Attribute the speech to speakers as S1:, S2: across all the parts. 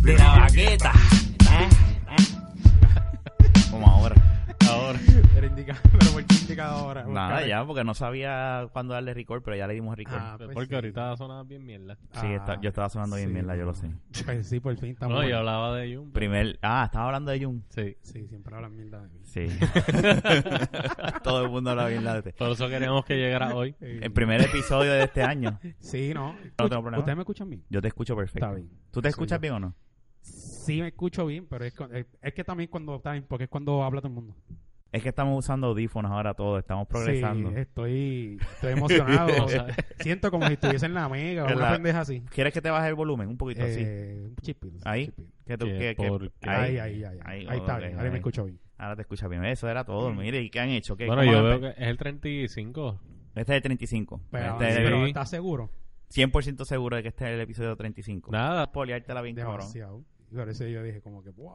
S1: Era porque no sabía cuándo darle record, pero ya le dimos record.
S2: Ah, pues
S3: Porque
S2: sí.
S3: ahorita sonaba bien mierda.
S1: sí, está- yo estaba sonando bien
S2: sí,
S1: mierda, yo lo sé.
S2: mano. Pues sí, por fin estamos.
S3: No, yo hablaba de Jun.
S1: Primer. Ah, estaba hablando de Jun.
S3: Sí.
S2: Sí, siempre hablan mierda de mí.
S1: Sí. Todo el mundo habla bien de este.
S3: Por eso queríamos que llegara hoy.
S2: Eh,
S1: El primer episodio de este año.
S2: sí, no.
S1: No tengo problema.
S2: ¿Ustedes me escuchan bien?
S1: Yo te escucho perfecto.
S2: Está bien.
S1: ¿Tú te
S2: Sí,
S1: escuchas
S2: yo-
S1: bien o no?
S2: Sí, me escucho bien, pero es, con- es- es que también cuando está bien, porque es cuando habla todo el mundo.
S1: Es que estamos usando audífonos ahora todos, estamos progresando.
S2: Sí, estoy, estoy emocionado.
S3: O sea,
S2: Siento como si estuviese en la mega o
S1: En
S2: una
S1: la-
S2: pendeja así.
S1: ¿Quieres que te baje el volumen un poquito así?
S2: Eh, un chispito, un
S1: Ahí.
S2: chispito.
S1: Que tú-
S3: que
S1: que- que-
S3: por-
S2: Ahí, ahí, ahí.
S1: Ahí,
S2: Ahí, está
S1: ok,
S2: bien, ahora
S1: ahí.
S2: me escucho bien.
S1: Ahora te escuchas bien. Eso era todo. Mire, ¿y qué han hecho? ¿Qué-
S3: bueno,
S1: cómo
S3: yo
S1: han
S3: veo
S1: pe-
S3: que es el 35.
S1: Este es el 35.
S2: Pero,
S1: este es
S2: sí,
S1: el-
S2: pero ¿estás seguro?
S1: 100% seguro de que este es el episodio 35.
S3: Nada.
S1: Poliártela bien, cabrón.
S2: Demasiado. Y por eso yo dije como que, wow.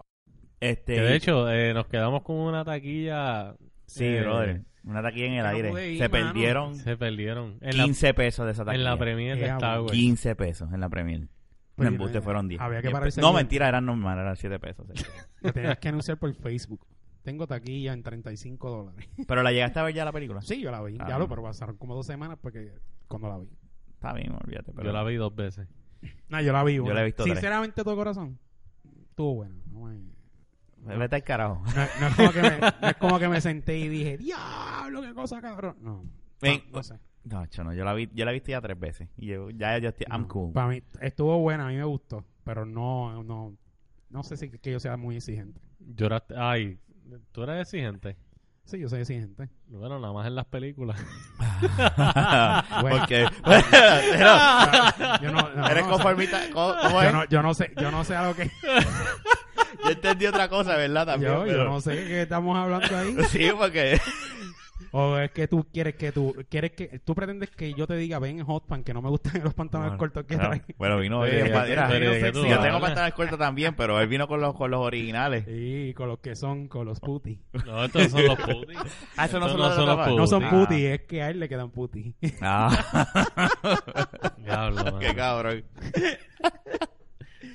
S1: Este,
S3: Que de hecho, eh, nos quedamos con una taquilla.
S1: sí,
S3: eh,
S1: brother. Una taquilla en el
S2: yo no
S1: aire.
S2: pude ir,
S1: Se
S2: mano.
S1: perdieron
S3: Se perdieron. En
S1: 15 pesos de esa
S3: la,
S1: taquilla.
S3: en la premier de
S2: Eh,
S3: Star Wars.
S1: 15 pesos en la Premier. No,
S2: Pero
S1: embuste,
S2: Pues yo-
S1: fueron 10.
S2: había que
S1: 10
S2: pararse
S1: No,
S2: bien.
S1: mentira, eran normal, eran 7 pesos. sí.
S2: Lo tenías que anunciar por Facebook. Tengo taquilla en 35 dólares.
S1: Pero la llegaste a ver ya la película.
S2: Sí, yo la vi.
S1: Ah.
S2: Ya lo, pero pasaron como dos semanas porque cuando la vi.
S1: Está bien, olvídate. Pero
S3: Yo la vi dos veces.
S2: No, yo la vi. bueno.
S1: la he visto tres.
S2: Sinceramente, todo corazón. Estuvo bueno. No, me-
S1: Vete al carajo.
S2: no- no es como que me, no es como que me senté y dije, diablo, qué cosa, cabrón. No. Ah,
S1: Ven. pues,
S2: No, no sé.
S1: No, yo no, yo la vi, yo la he visto ya tres veces. Y yo, ya yo estoy, I'm
S2: No.
S1: cool.
S2: Para mí, estuvo buena, a mí me gustó. Pero no, no. No sé si que yo sea muy exigente.
S3: Lloraste. Ay, tú eres exigente.
S2: Sí, yo soy exigente.
S3: Bueno, nada más en las películas.
S2: Bueno.
S1: Porque eres
S2: Yo no, no,
S1: ¿eh?
S2: no, o sea,
S1: conformista. ¿Cómo, cómo
S2: yo
S1: es?
S2: no, yo no sé, yo no sé a lo que
S1: Yo entendí otra cosa, ¿verdad? También.
S2: yo, yo
S1: pero-
S2: no sé qué estamos hablando ahí.
S1: Sí, porque
S2: O es que tú quieres que tú quieres que tú pretendes que yo te diga ven en hot pan que no me gustan los pantalones
S1: Bueno,
S2: cortos que
S1: claro.
S2: traes.
S1: Bueno, vino
S3: Oye,
S1: bien.
S3: ya-
S1: pa- mira,
S3: pero
S1: yo
S3: ya
S1: sé-
S3: tú
S1: yo tengo
S3: hablas.
S1: pantalones cortos también, pero él vino con los, con los originales.
S2: Y con los que son con los putis.
S3: No, estos son los putis.
S1: Ah, eso no
S3: Estos
S1: son los
S3: no son los
S1: otros
S3: putis.
S2: No son
S1: Ah.
S2: putis, es que a él le quedan putis.
S1: Ah,
S3: Diablo, mano.
S1: qué cabrón.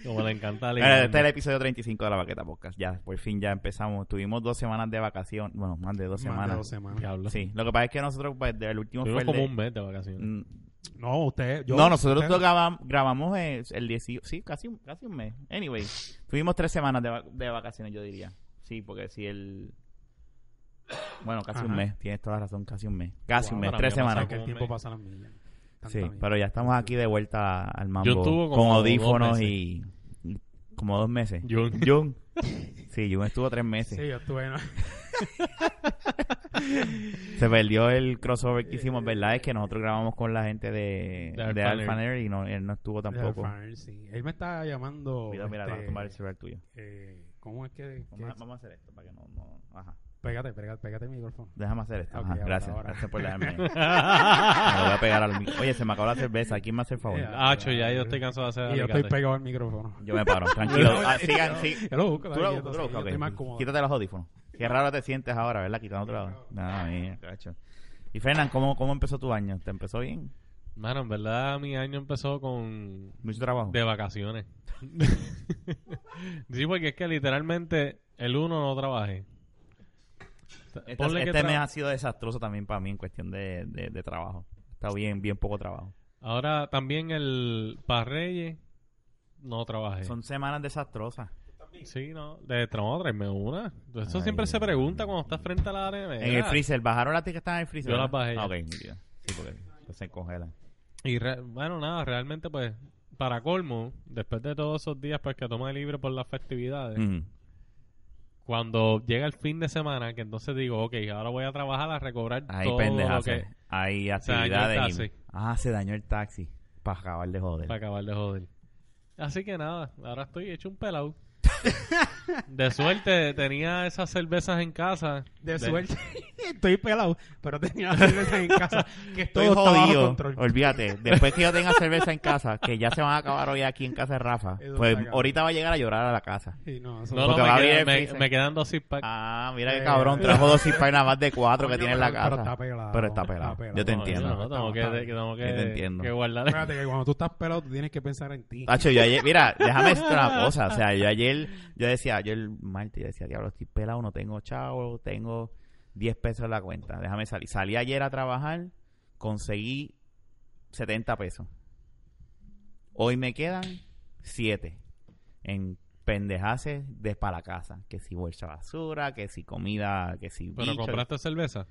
S3: Como le encanta a
S1: Bueno, este es el
S3: Alejandro.
S1: episodio 35 de la Baqueta Podcast. Ya, por fin ya empezamos. Tuvimos dos semanas de vacación. Bueno, más de dos
S2: Más de
S1: semanas.
S2: dos semanas.
S3: Diablo.
S1: Sí, lo que pasa es que nosotros, pues, del último fue
S3: Tuvimos
S1: el
S3: como
S1: de-
S3: un mes de vacaciones.
S1: Mm,
S2: No, usted yo-
S1: no, nosotros
S2: usted-
S1: grabam- grabamos eh, el 18, sí, casi, un- casi un mes. Anyway, tuvimos tres semanas de, va- de vacaciones, yo diría. Sí, porque si el... Bueno, casi un
S2: Ajá.
S1: mes, tienes toda la razón, casi un mes. Casi
S3: Wow,
S1: un mes,
S3: para
S1: tres
S3: mí ha pasado
S1: semanas.
S2: que el tiempo pasa a las millas. Tanta
S1: Sí,
S2: milla.
S1: pero ya estamos aquí de vuelta al mambo.
S3: estuve como
S1: con
S3: dos
S1: audífonos
S3: meses.
S1: y... y Como dos meses.
S3: Jun.
S1: Jun. Sí, Jun estuvo tres meses.
S2: Sí, yo estuve en-
S1: Se perdió el crossover que hicimos, ¿verdad? Es que nosotros grabamos con la gente de,
S3: De
S1: de
S3: Alpha
S1: Alpha
S3: Nerd.
S1: Nerd y no, él no estuvo tampoco.
S2: Farm, sí. Él me está llamando.
S1: Cuidado, mira,
S2: este,
S1: va a tumbar el celular tuyo.
S2: eh, ¿Cómo es que.? que-
S1: Vamos, a- vamos a hacer esto para que no, no- Ajá.
S2: Pégate, pégate, pégate el micrófono.
S1: Déjame hacer esto.
S2: Ok,
S1: Ajá,
S2: ahora,
S1: gracias.
S2: ahora.
S1: Gracias por dejarme. Me lo voy a pegar al mic- Oye, se me acabó la cerveza. ¿Quién me hace el favor?
S2: Yeah.
S3: Acho, ya yo estoy cansado de hacer
S2: Y yo estoy
S3: alicate.
S2: pegado al micrófono.
S1: Yo me paro. Tranquilo. Ah, sigan, sí.
S2: Yo lo busco,
S1: Tú
S2: David,
S1: lo
S2: yo
S1: buscas, tú lo
S2: sé, yo
S1: buscas,
S2: estoy
S1: ok.
S2: más cómodo.
S1: Quítate los audífonos. Qué raro te sientes ahora, ¿verdad? Quitándote los... No, mira, cacho. Y Fernán, ¿cómo, ¿cómo empezó tu año? ¿Te empezó bien?
S3: Mano, en verdad mi año empezó con...
S1: ¿Mucho trabajo?
S3: De vacaciones. sí, porque es que literalmente el uno no trabajé.
S1: Este,
S3: Ponle que
S1: este mes
S3: tra-
S1: ha sido desastroso también para mí en cuestión de, de- de trabajo. Está bien, bien poco trabajo.
S3: Ahora también el para Reyes no trabajé.
S1: Son semanas desastrosas.
S3: Sí, no. De trabajo traerme una. Eso
S1: Ay,
S3: siempre se
S1: Dios
S3: pregunta
S1: mío.
S3: cuando estás frente a la
S2: Eh,
S3: nevera.
S1: En el freezer, bajaron las que estaban en el freezer.
S3: Yo
S1: ¿verdad?
S3: las bajé ya.
S1: Ah, Ok, nítido. Sí, porque entonces se congelan.
S3: Y re- bueno, nada, realmente pues para colmo, después de todos esos días pues que tomé libre por las festividades,
S1: Ujú.
S3: cuando llega el fin de semana, que entonces digo, ok, ahora voy a trabajar a recobrar
S1: Hay
S3: todo lo
S1: pendejas. eh.
S3: que...
S1: Hay
S3: Se dañó el
S1: actividades. y-
S3: taxi.
S1: Ah, se dañó el taxi. Para acabar de joder.
S3: Para acabar de joder. Así que nada, ahora estoy hecho un pelado. de suerte tenía esas cervezas en casa.
S2: De suerte, estoy pelado, pero tenía la cerveza en casa. Que
S1: Estoy
S2: todo estaba bajo
S1: jodido.
S2: control.
S1: Olvídate. Después que yo tenga cerveza en casa, que ya se van a acabar hoy aquí en casa de Rafa,
S2: Eso
S1: pues
S2: está cabrón.
S1: ahorita va a llegar a llorar a la casa.
S2: Sí, no, eso-
S3: No, no,
S1: Porque
S3: me,
S1: va a
S3: queda-
S1: abrir el
S3: me-
S1: freezer.
S3: me quedan dos six pack.
S1: Ah, mira qué
S2: Eh.
S1: cabrón. Trajo dos y nada más de cuatro que
S2: Coño,
S1: tiene en la
S2: pero-
S1: casa.
S2: pero está pelado.
S1: Pero está
S2: Está
S1: pelado.
S2: pelado.
S1: Yo te
S3: No, yo
S1: entiendo.
S3: no, tengo que,
S2: Está bien.
S3: tengo que,
S1: Yo te entiendo.
S3: que guardar.
S2: Espérate que cuando tú estás pelado, tú tienes que pensar en ti.
S1: Tacho, yo ayer, mira, déjame decirte una cosa. O sea, yo ayer, yo decía, yo el martes, yo decía, diablo, estoy pelado, no tengo chavo, tengo. 10 pesos en la cuenta. Déjame salir. Salí ayer a trabajar, conseguí 70 pesos. Hoy me quedan 7 en pendejaces de para la casa. Que si bolsa basura, que si comida, que si
S3: Pero
S1: bicho.
S3: compraste cerveza.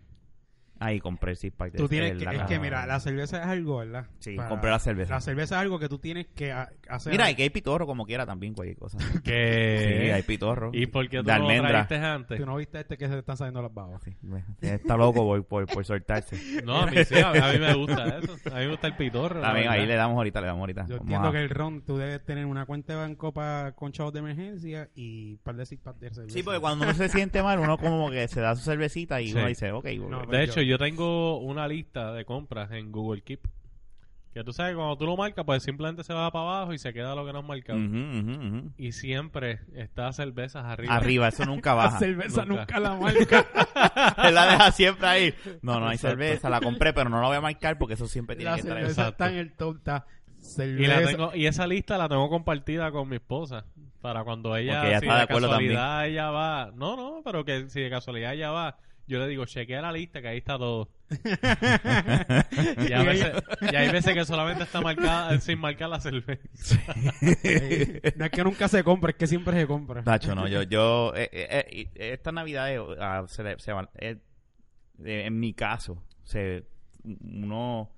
S1: Ahí compré el six pack de
S2: Tú tienes
S1: de
S2: que,
S1: la
S2: es
S1: caja.
S2: que mira, la cerveza es algo, ¿verdad?
S1: Sí,
S2: Para-
S1: compré la cerveza.
S2: La cerveza es algo que tú tienes que ha- hacer.
S1: Mira, y que hay pitorro como quiera también, cualquier cosa. Sí, hay
S3: Que...
S1: pitorro.
S3: ¿Y por qué tú
S1: De
S3: no lo
S1: almendra.
S3: trajiste antes?
S2: Tú no viste a este que se le están saliendo las babas.
S1: Sí, me- está loco por, por, por soltarse.
S3: No, a mí sí, a, a mí me gusta eso. A mí me gusta el pitorro. la
S1: También ahí le
S3: verdad.
S1: damos ahorita, le damos ahorita.
S2: Yo
S1: Ah, Vamos
S2: entiendo
S1: a-
S2: que el ron, tú debes tener una cuenta de banco para con chavos de emergencia y un par de six pack de cerveza.
S1: Sí, porque cuando uno se siente mal, uno como que se da su cervecita y
S3: Sí.
S1: uno dice, ok,
S2: No,
S1: ok.
S3: De hecho, yo tengo una lista de compras en Google Keep. Que tú sabes, cuando tú lo marcas, pues simplemente se va para abajo y se queda lo que no has marcado.
S1: Ujú, ujú, ujú.
S3: Y siempre está cervezas arriba.
S1: Arriba, eso nunca
S2: La
S1: baja.
S2: cerveza
S3: Nunca.
S2: nunca, la marca.
S1: Él la deja siempre ahí. No, no hay
S3: Exacto.
S1: cerveza, la compré, pero no la voy a marcar porque eso siempre tiene
S2: la
S1: que estar en-
S2: cerveza
S3: exacto.
S2: está en el top. Está cerveza.
S3: Y, la tengo, y esa lista la tengo compartida con mi esposa. Para cuando ella,
S1: Porque ella
S3: si
S1: está de
S3: de
S1: acuerdo también.
S3: casualidad ella va. No, no, pero que si de casualidad ella va, yo le digo, chequea la lista que ahí está todo. y, a veces- y hay veces que solamente está marcada, sin marcar la cerveza.
S2: Eh, no es que nunca se compra, es que siempre se compra.
S1: Nacho, no, yo, yo, eh, eh, eh, esta Navidad eh, ah, se, le- se van- eh, eh, en mi caso, se, uno,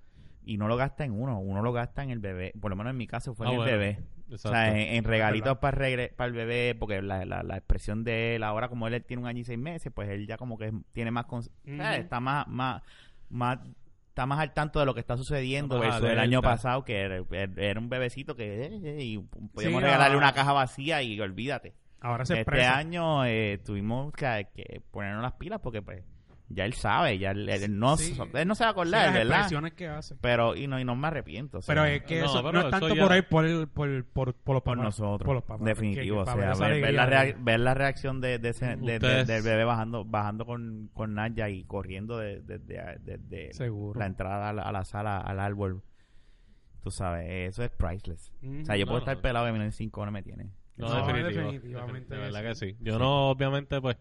S1: y no lo gasta en uno, uno lo gasta en el bebé, por lo menos en mi caso fue
S3: Ah,
S1: en
S3: bueno.
S1: el bebé. O sea, en, en regalitos para, regre- para el bebé, porque la, la, la expresión de él ahora, como él tiene un año y seis meses, pues él ya como que tiene más, cons-
S2: Ujú.
S1: eh, está más, más, más, está más al tanto de lo que está sucediendo
S3: Está más
S1: versus el
S3: alerta.
S1: año pasado, que era, era un bebecito que, eh, eh, y podíamos
S2: Sí,
S1: regalarle
S2: ah.
S1: una caja vacía y olvídate.
S2: Ahora se
S1: Este
S2: expresa.
S1: año eh, tuvimos que, que ponernos las pilas porque pues ya él sabe, ya él, él no,
S2: Sí.
S1: él no se va a
S2: Sí,
S1: acordar,
S2: las
S1: ¿verdad?
S2: expresiones que hace.
S1: Pero, y no, y no me arrepiento. o sea,
S2: Pero es que
S3: No,
S2: eso
S3: pero
S2: no es
S3: eso
S2: tanto
S3: ya-
S2: por él, por, el- por, el- por, por
S1: por
S2: los papás.
S1: nosotros.
S2: Por los papás.
S1: Definitivo.
S2: Que- que
S1: o
S2: para
S1: sea,
S2: esa
S1: ver, ver
S2: alegría
S1: la
S2: de-
S1: rea- ver la reacción de, de ese- de- de-
S3: Ustedes-
S1: del bebé bajando bajando con, con Naya y corriendo desde de, de- de
S2: Seguro.
S1: la entrada a la, a la sala, al árbol. Tú sabes, eso es priceless.
S2: Mm.
S1: O sea, yo puedo
S3: No, no.
S1: estar pelado y miren 5 no me tiene.
S3: No,
S2: No,
S3: definitivo.
S2: definitivamente
S3: De verdad
S2: que
S3: que sí. Yo no, obviamente, pues,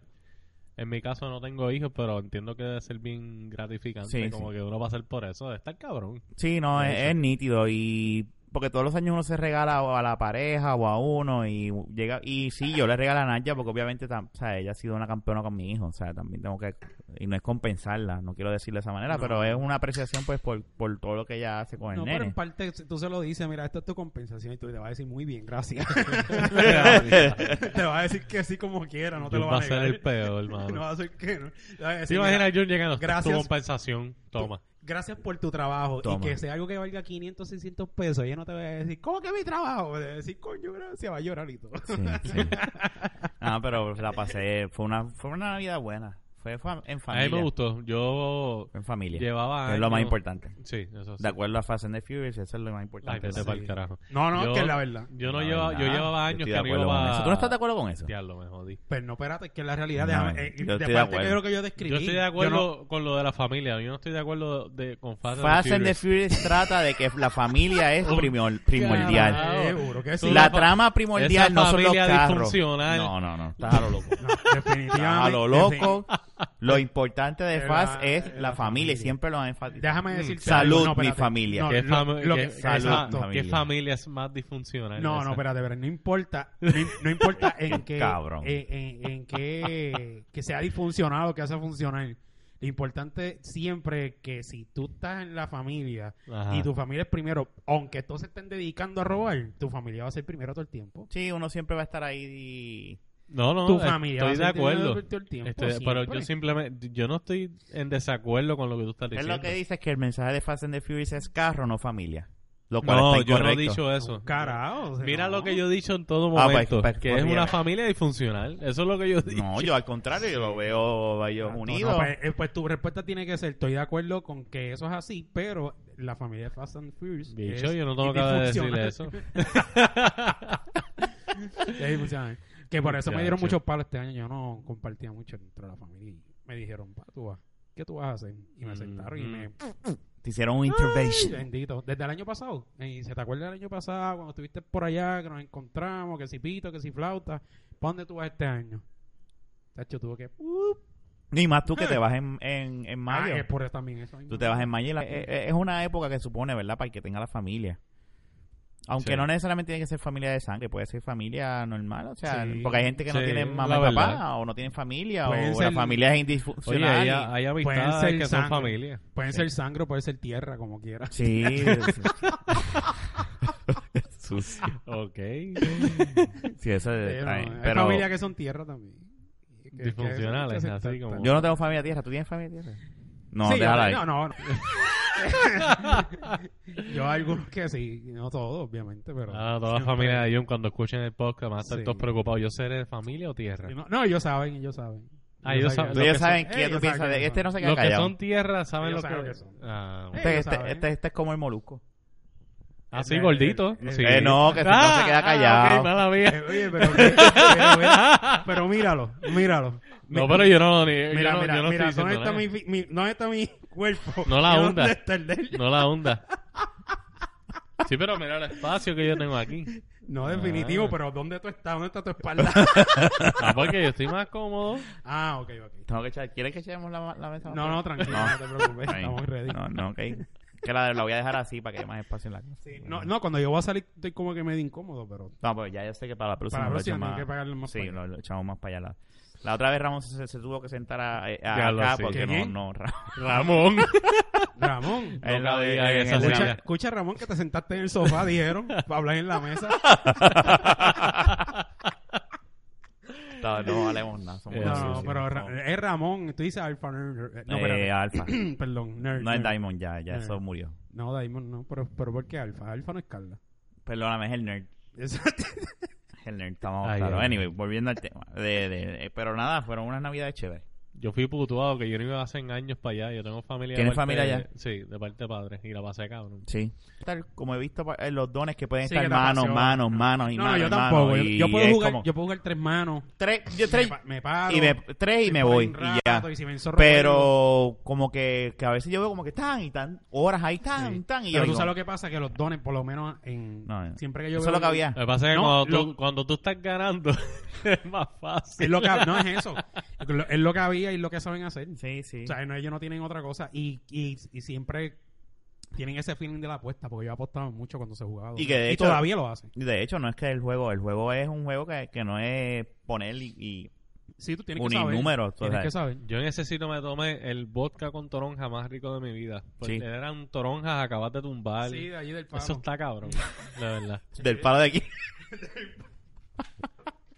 S3: en mi caso no tengo hijos, pero entiendo que debe ser bien gratificante.
S1: Sí,
S3: como
S1: sí.
S3: que uno pasar por eso. Debe estar cabrón.
S1: Sí, no, es,
S3: Eso.
S1: es nítido y porque todos los años uno se regala o a la pareja o a uno y llega y sí, yo le regalo a Naya porque obviamente tam- o sea, ella ha sido una campeona con mi hijo, o sea, también tengo que y no es compensarla, no quiero decirlo de esa manera,
S2: No.
S1: pero es una apreciación pues por, por todo lo que ella hace con el
S2: No, pero en
S1: nene.
S2: parte tú se lo dices, mira, esta es tu compensación y tú le vas a decir muy bien, gracias. te vas a decir que sí como quiera, no te
S3: Jun
S2: lo
S3: va a
S2: vas a
S3: ser
S2: negar.
S3: el peor, hermano.
S2: No va a ser que no. Le vas a
S3: ¿Te
S2: decir,
S3: imaginas
S2: mira,
S3: a Jun llegando?
S2: gracias.
S3: Tu compensación. Toma.
S2: Gracias por tu trabajo
S1: Toma.
S2: y que sea algo que valga 500, 600 pesos. Ella no te va a decir, ¿cómo que mi trabajo? Le va a decir, coño, gracias, va a llorar y todo.
S1: Sí, sí. Ah, pero la pasé, fue una fue una Navidad buena, fue fa- en
S3: A mí me
S1: familia,
S3: gustó. Yo
S1: fue en familia.
S3: llevaba
S1: que es lo más
S3: años-
S1: importante.
S3: Sí, eso sí.
S1: De acuerdo a Fast and the Furious, eso es lo más
S3: Ay,
S1: importante.
S3: vete
S1: ¿no?
S3: pa'l carajo.
S2: No, no,
S3: Yo-
S2: que es la verdad.
S3: Yo no
S1: La
S3: llevaba, yo
S1: verdad,
S3: llevaba
S1: yo
S3: años
S1: estoy de
S3: que no
S1: acuerdo con
S3: iba
S1: eso. ¿Tú no estás de acuerdo con eso?
S3: Diablo, me jodí.
S2: Pero Pues no, espérate, que es la realidad.
S1: No,
S2: déjame, eh,
S1: yo
S2: de
S1: estoy de
S2: parte
S1: acuerdo.
S2: que yo creo que yo describí.
S3: Yo estoy de
S2: Yo no-
S3: acuerdo con lo de la familia. Yo no estoy de acuerdo de, con Fast and
S1: Fast
S3: the
S1: and the
S3: Furious.
S1: Furious trata de que la familia es primor- primordial.
S3: Carajo.
S2: Ah, Seguro que sí.
S3: Tú
S1: La
S3: fa-
S1: trama primordial
S3: esa
S1: no son los
S3: familia
S1: carros.
S3: disfuncional.
S1: No, no, no. Estás a lo loco.
S2: No, definitivamente.
S1: Estás a lo loco. Lo importante de
S2: Era-
S1: Fast es
S2: era
S1: la
S2: la
S1: familia. y
S2: familia.
S1: Siempre lo han enfatizado.
S2: Déjame decirte.
S1: Salud,
S2: algo, no,
S1: mi
S2: espérate.
S1: familia.
S2: No, lo-
S3: ¿Qué, Mm, fami-
S2: lo
S3: qué-
S2: que-
S3: qué
S1: salud,
S3: fa-
S2: exacto.
S1: familia.
S3: qué familia es más disfuncional?
S2: No,
S3: Esa.
S2: no, espérate, pero no importa. No, no importa en qué.
S1: Cabrón.
S2: En, en, en qué. Que sea disfuncionado, que hace funcionar. Lo importante siempre que si tú estás en la familia
S3: Ajá.
S2: y tu familia es primero, aunque todos se estén dedicando a robar, tu familia va a ser primero todo el tiempo.
S1: Sí, uno siempre va a estar ahí. y-
S3: No, no, eh,
S2: tu familia
S3: estoy de
S2: va a ser primero
S3: acuerdo.
S2: todo el tiempo.
S3: Estoy- Este, pero yo
S2: siempre.
S3: simplemente, yo no estoy en desacuerdo con lo que tú estás
S1: Es
S3: diciendo.
S1: lo que dice que el mensaje de Fast and the Furious es carro, no familia. Lo cual
S3: no,
S1: está
S3: yo no he
S1: incorrecto.
S3: dicho eso.
S2: Carajo. o sea,
S3: Mira
S2: no.
S3: lo que yo he dicho en todo
S1: Ah, pues,
S3: momento,
S1: pues,
S3: que
S1: pues,
S3: es una
S1: bien.
S3: familia disfuncional. Eso es lo que yo he dicho.
S1: No, yo al contrario, yo lo veo a ellos
S2: No, no,
S1: unidos.
S2: pues, eh, pues tu respuesta tiene que ser, estoy de acuerdo con que eso es así, pero la familia de Fast and Furious
S3: Bicho,
S2: es
S3: yo no tengo que
S2: disfuncional.
S3: decirle eso.
S2: Es disfuncional. que por eso me dieron
S3: Muchacho.
S2: muchos palos este año, yo no compartía mucho dentro de la familia. Y me dijeron, pa, tú vas, ¿qué tú vas a hacer? Y me sentaron y
S3: Mm.
S2: me...
S1: Te hicieron un
S2: Ay,
S1: intervention.
S2: Bendito. Desde el año pasado. Y se te acuerda del año pasado, cuando estuviste por allá, que nos encontramos, que si pito, que si flauta. ¿Para dónde tú vas este año? Tacho tuvo que... uh,
S1: Ni más tú que te vas en, en, en mayo.
S2: Ah, es por también eso. mismo.
S1: Tú te vas en mayo y la- eh, eh, es una época que supone, ¿verdad? Para el que tenga la familia. Aunque
S3: Sí.
S1: no necesariamente tiene que ser familia de sangre, puede ser familia normal, o sea,
S2: Sí.
S1: porque hay gente que no
S3: Sí,
S1: tiene mamá
S3: la
S1: y papá,
S3: verdad.
S1: o no tienen familia,
S2: Pueden
S1: o
S2: ser-
S1: la familia es
S3: Oye,
S1: indisfuncional.
S3: hay,
S1: y-
S3: hay
S2: Pueden ser
S3: amistades que son
S2: sangre.
S3: familia.
S2: Pueden ser sangre o puede ser tierra, como quieras.
S1: Sí. Sucio.
S3: Ok.
S1: Sí, eso es-
S2: Pero,
S1: ay,
S2: hay
S1: pero
S2: familias que son tierra también. Que- que-
S3: Disfuncionales,
S2: que- que-
S3: así como-
S1: yo no tengo familia tierra, ¿tú tienes familia tierra? No,
S2: Sí, yo-
S1: déjala ahí.
S2: no, no, no. yo algunos que sí, no todos, obviamente, pero...
S3: Ah, toda la
S2: siempre-
S3: familia de Jun cuando escuchen el podcast van a estar
S2: Sí.
S3: todos preocupados. ¿Yo seré de familia o tierra?
S2: No, no, ellos saben, ellos saben.
S3: Ah, ellos saben-
S1: Tú
S3: lo
S1: ya
S3: que
S1: saben
S2: son-
S1: que
S2: ellos
S1: tú
S2: saben
S1: piensas
S2: que
S1: de
S2: no
S1: este no se queda
S3: Los que
S1: callado.
S3: son tierra saben
S2: Ellos
S3: lo que...
S2: saben lo que son. Eh,
S3: Ah, bueno.
S1: Este,
S2: ellos
S1: este-
S2: saben.
S1: este- este es como el molusco.
S3: Así gordito.
S2: Eh,
S3: sí.
S1: Eh, no, que si no se queda callado.
S3: Ah, ok, mala mía.
S2: Eh, Oye, pero, pero, mira- pero míralo, míralo.
S3: No, pero yo no lo ni- yo
S2: Mira,
S3: no-
S2: mira,
S3: yo no
S2: mira,
S3: estoy
S2: ¿dónde
S3: diciendo
S2: está mi,
S3: nada.
S2: fi- mi- dónde está mi cuerpo?
S3: No la
S2: ¿Y dónde
S3: hunda.
S2: está el de él?
S3: No la onda. Sí, pero mira el espacio que yo tengo aquí.
S2: No, definitivo,
S3: Ah.
S2: pero ¿dónde tú estás? ¿Dónde está tu espalda?
S3: Ah, porque yo estoy más cómodo.
S2: ah, ok, ok.
S1: Tengo que echar- ¿Quieres que echemos la, la mesa?
S2: No, no, tranquilo, no, te preocupes,
S1: Ahí.
S2: estamos ready.
S1: No, no, ok. Que la, la voy a dejar así para que haya más espacio en la casa.
S2: Sí, no, no, cuando yo voy a salir estoy como que medio incómodo, pero
S1: No, pues ya yo sé que para la próxima,
S2: para la
S1: lo echo
S2: próxima
S1: más,
S2: tienen que pagarle más.
S1: Sí,
S2: para
S1: lo, lo echamos más para allá. La, la otra vez Ramón se, se tuvo que sentar a, a-
S3: Ya lo
S1: acá
S3: sé.
S1: porque no,
S2: ¿Quién?
S1: no, Ramón.
S3: Ramón.
S2: allá. Ramón,
S1: En
S3: No
S1: la de-
S3: cabía en
S1: en
S3: esa
S1: el de la-
S2: escucha,
S3: silla.
S2: escucha Ramón que te sentaste en el sofá, dijeron, para hablar en la mesa.
S1: No, no valemos nada. somos
S3: Eh,
S2: No,
S1: unos
S2: no,
S1: sucios,
S2: pero
S1: no.
S2: Ra- es Ramón, tú dices Alfa Nerd. No,
S1: Eh,
S2: espérate.
S1: Alfa.
S2: perdón, Nerd.
S1: No es
S2: nerd.
S1: Diamond ya, ya
S2: Eh.
S1: eso murió.
S2: No, Diamond no, pero, pero ¿por qué Alfa? Alfa no es Carla.
S1: Perdóname, es el nerd.
S2: Exacto.
S1: Es el nerd, estamos
S3: Ay,
S1: claros.
S3: ay, ay.
S1: Anyway, volviendo al tema. De, de- eh, pero nada, fueron unas navidades chéveres.
S3: Yo fui putuado que yo no iba hace años para allá. Yo tengo familia. de
S1: ¿Tienes
S3: parte
S1: familia
S3: de- Sí, de parte de padre. Y la pasé cabrón.
S1: Sí. Tal, como he visto pa- eh, los dones que pueden
S2: Sí,
S1: estar
S2: que te
S1: manos,
S2: apasiona.
S1: manos, manos y
S2: No, no,
S1: manos.
S2: yo
S1: y manos,
S2: tampoco. Yo,
S1: y
S2: yo puedo
S1: es
S2: jugar,
S1: como
S2: yo puedo jugar tres manos.
S1: tres, yo
S2: Me,
S1: tres,
S2: pa- me paro.
S1: y me, tres y me
S2: paro
S1: voy
S2: un
S1: y ya.
S2: rato, y si me ensorro, vuelvo.
S1: Pero como que, que a veces yo veo como que están y tan horas ahí tan,
S2: Sí.
S1: tan y yo
S2: Pero tú
S1: digo,
S2: sabes lo que pasa, que los dones, por lo menos en...
S1: No, no.
S2: Siempre que yo
S1: eso
S2: veo-
S1: es lo que había.
S3: Lo que pasa es
S2: No,
S3: que cuando, tú,
S2: lo-
S3: cuando tú estás ganando es más fácil.
S2: Es lo que, no es eso. Lo- Es lo que había y lo que saben hacer.
S1: Sí, sí.
S2: O sea, no, ellos no tienen otra cosa. Y, y, y siempre tienen ese feeling de la apuesta, porque yo apostaba mucho cuando se jugaba.
S1: Y que de hecho-
S2: todavía lo hacen.
S1: Y de hecho, no es que el juego, el juego es un juego que, que no es poner y, y
S2: Sí, tú tienes que
S1: unir
S2: saber.
S1: números. tú
S2: Tienes que
S1: sabes.
S2: saber.
S3: Yo en ese sitio me tomé el vodka con toronja más rico de mi vida. Porque
S1: Sí.
S3: eran toronjas, acabas de tumbar.
S2: Sí, de allí del palo.
S3: Eso está cabrón, la verdad.
S1: Del palo de aquí.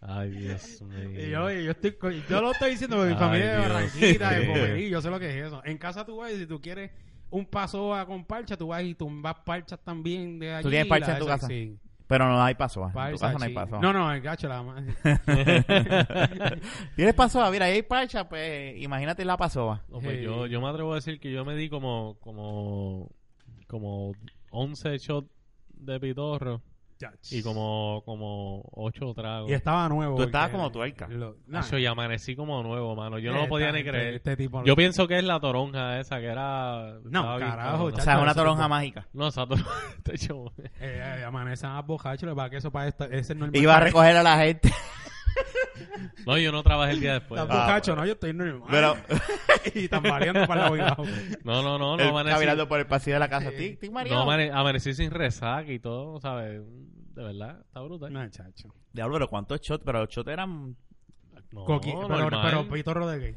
S3: Ay, Dios mío.
S2: Y yo, y yo, estoy, co- yo lo estoy diciendo porque mi
S3: Ay,
S2: familia es de
S3: Dios.
S2: Barranquita, de Pomerí, yo sé lo que es eso. En casa tú vas y si tú quieres un paso a con parcha, tú vas y tumbas parchas también de allí.
S1: ¿Tú tienes parcha
S2: la-
S1: en tu
S2: esa-
S1: casa?
S2: Sí.
S1: Pero no hay paso. En tu
S2: Parcha,
S1: casa no hay
S2: sí.
S1: paso.
S2: No, no, el gacho la más.
S1: Tienes paso, mira, ahí hay parcha, pues imagínate la pasoba.
S3: No, pues
S2: Hey.
S3: yo, yo me atrevo a decir que yo me di como, como, como 11 shots de pitorro y como, como 8 tragos.
S2: Y estaba nuevo.
S1: Tú estabas
S2: porque-
S1: como tuerca.
S2: Lo- nah.
S3: Nacho, y amanecí como nuevo, mano. Yo no lo
S2: Esta
S3: podía ni
S2: gente,
S3: creer.
S2: Este tipo no-
S3: Yo pienso que es la toronja esa que era...
S2: No,
S3: estaba bien
S2: carajo,
S3: cabrona.
S1: O
S2: chacho.
S1: sea, es una
S2: eso
S1: toronja
S2: tipo-
S1: mágica.
S3: No, esa toronja está hecho-
S2: Eh, eh, amanecen a bocachos, le va que eso para esta, ese no es normal.
S1: Iba a recoger a la gente.
S3: No, yo no trabajé el día después.
S2: Estás
S1: Ah,
S2: bocacho, Pues, no, yo estoy normal.
S1: Pero
S2: y tambaleando para la vida.
S3: No, no, no, no
S1: él
S3: amanecí.
S1: caminando por el pasillo de la casa.
S2: Sí.
S1: Tic, tic,
S3: No,
S1: María.
S3: amane- amanecí sin resaca y todo, ¿sabes? De verdad, está brutal.
S2: No, chacho.
S1: Diablo, pero ¿cuántos shots? Pero los shots eran
S3: No,
S2: Coqui- pero,
S3: normal.
S2: pero Pito Rodríguez.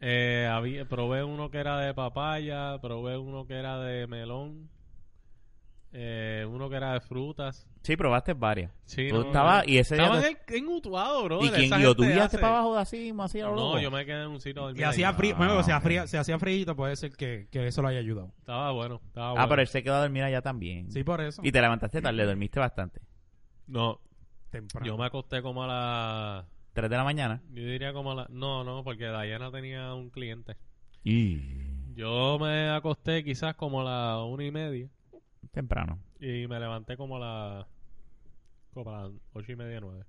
S3: Eh, había, probé uno que era de papaya, probé uno que era de melón, eh, uno que era de frutas.
S1: Sí, probaste varias.
S3: Sí,
S1: Tú
S3: no,
S1: estabas-
S3: no.
S1: y ese día
S3: Estaba
S1: tú-
S3: en, el, en Utuado, bro.
S1: ¿Y quién
S3: esa
S1: guió?
S3: gente
S1: ¿Tú guiaste
S3: hace-
S1: para abajo de así, más así, a lo
S3: No,
S1: loco?
S3: yo me quedé en un sitio a dormir
S2: Y hacía
S3: ahí.
S2: frío,
S1: Ah,
S2: bueno, se
S1: ok.
S2: hacía, se hacía frío, puede ser que, que eso lo haya ayudado.
S3: Estaba bueno, estaba
S1: Ah,
S3: bueno.
S1: pero él se quedó a dormir allá también.
S2: Sí, por eso.
S1: Y te levantaste tarde, dormiste bastante.
S3: No,
S2: temprano.
S3: yo me acosté como a la...
S1: ¿Tres de la mañana?
S3: Yo diría como a la... No, no, porque Dayana tenía un cliente.
S1: Y...
S3: Yo me acosté quizás como a la una y media
S1: Temprano.
S3: y me levanté como a la... Como a las ocho y media, nueve.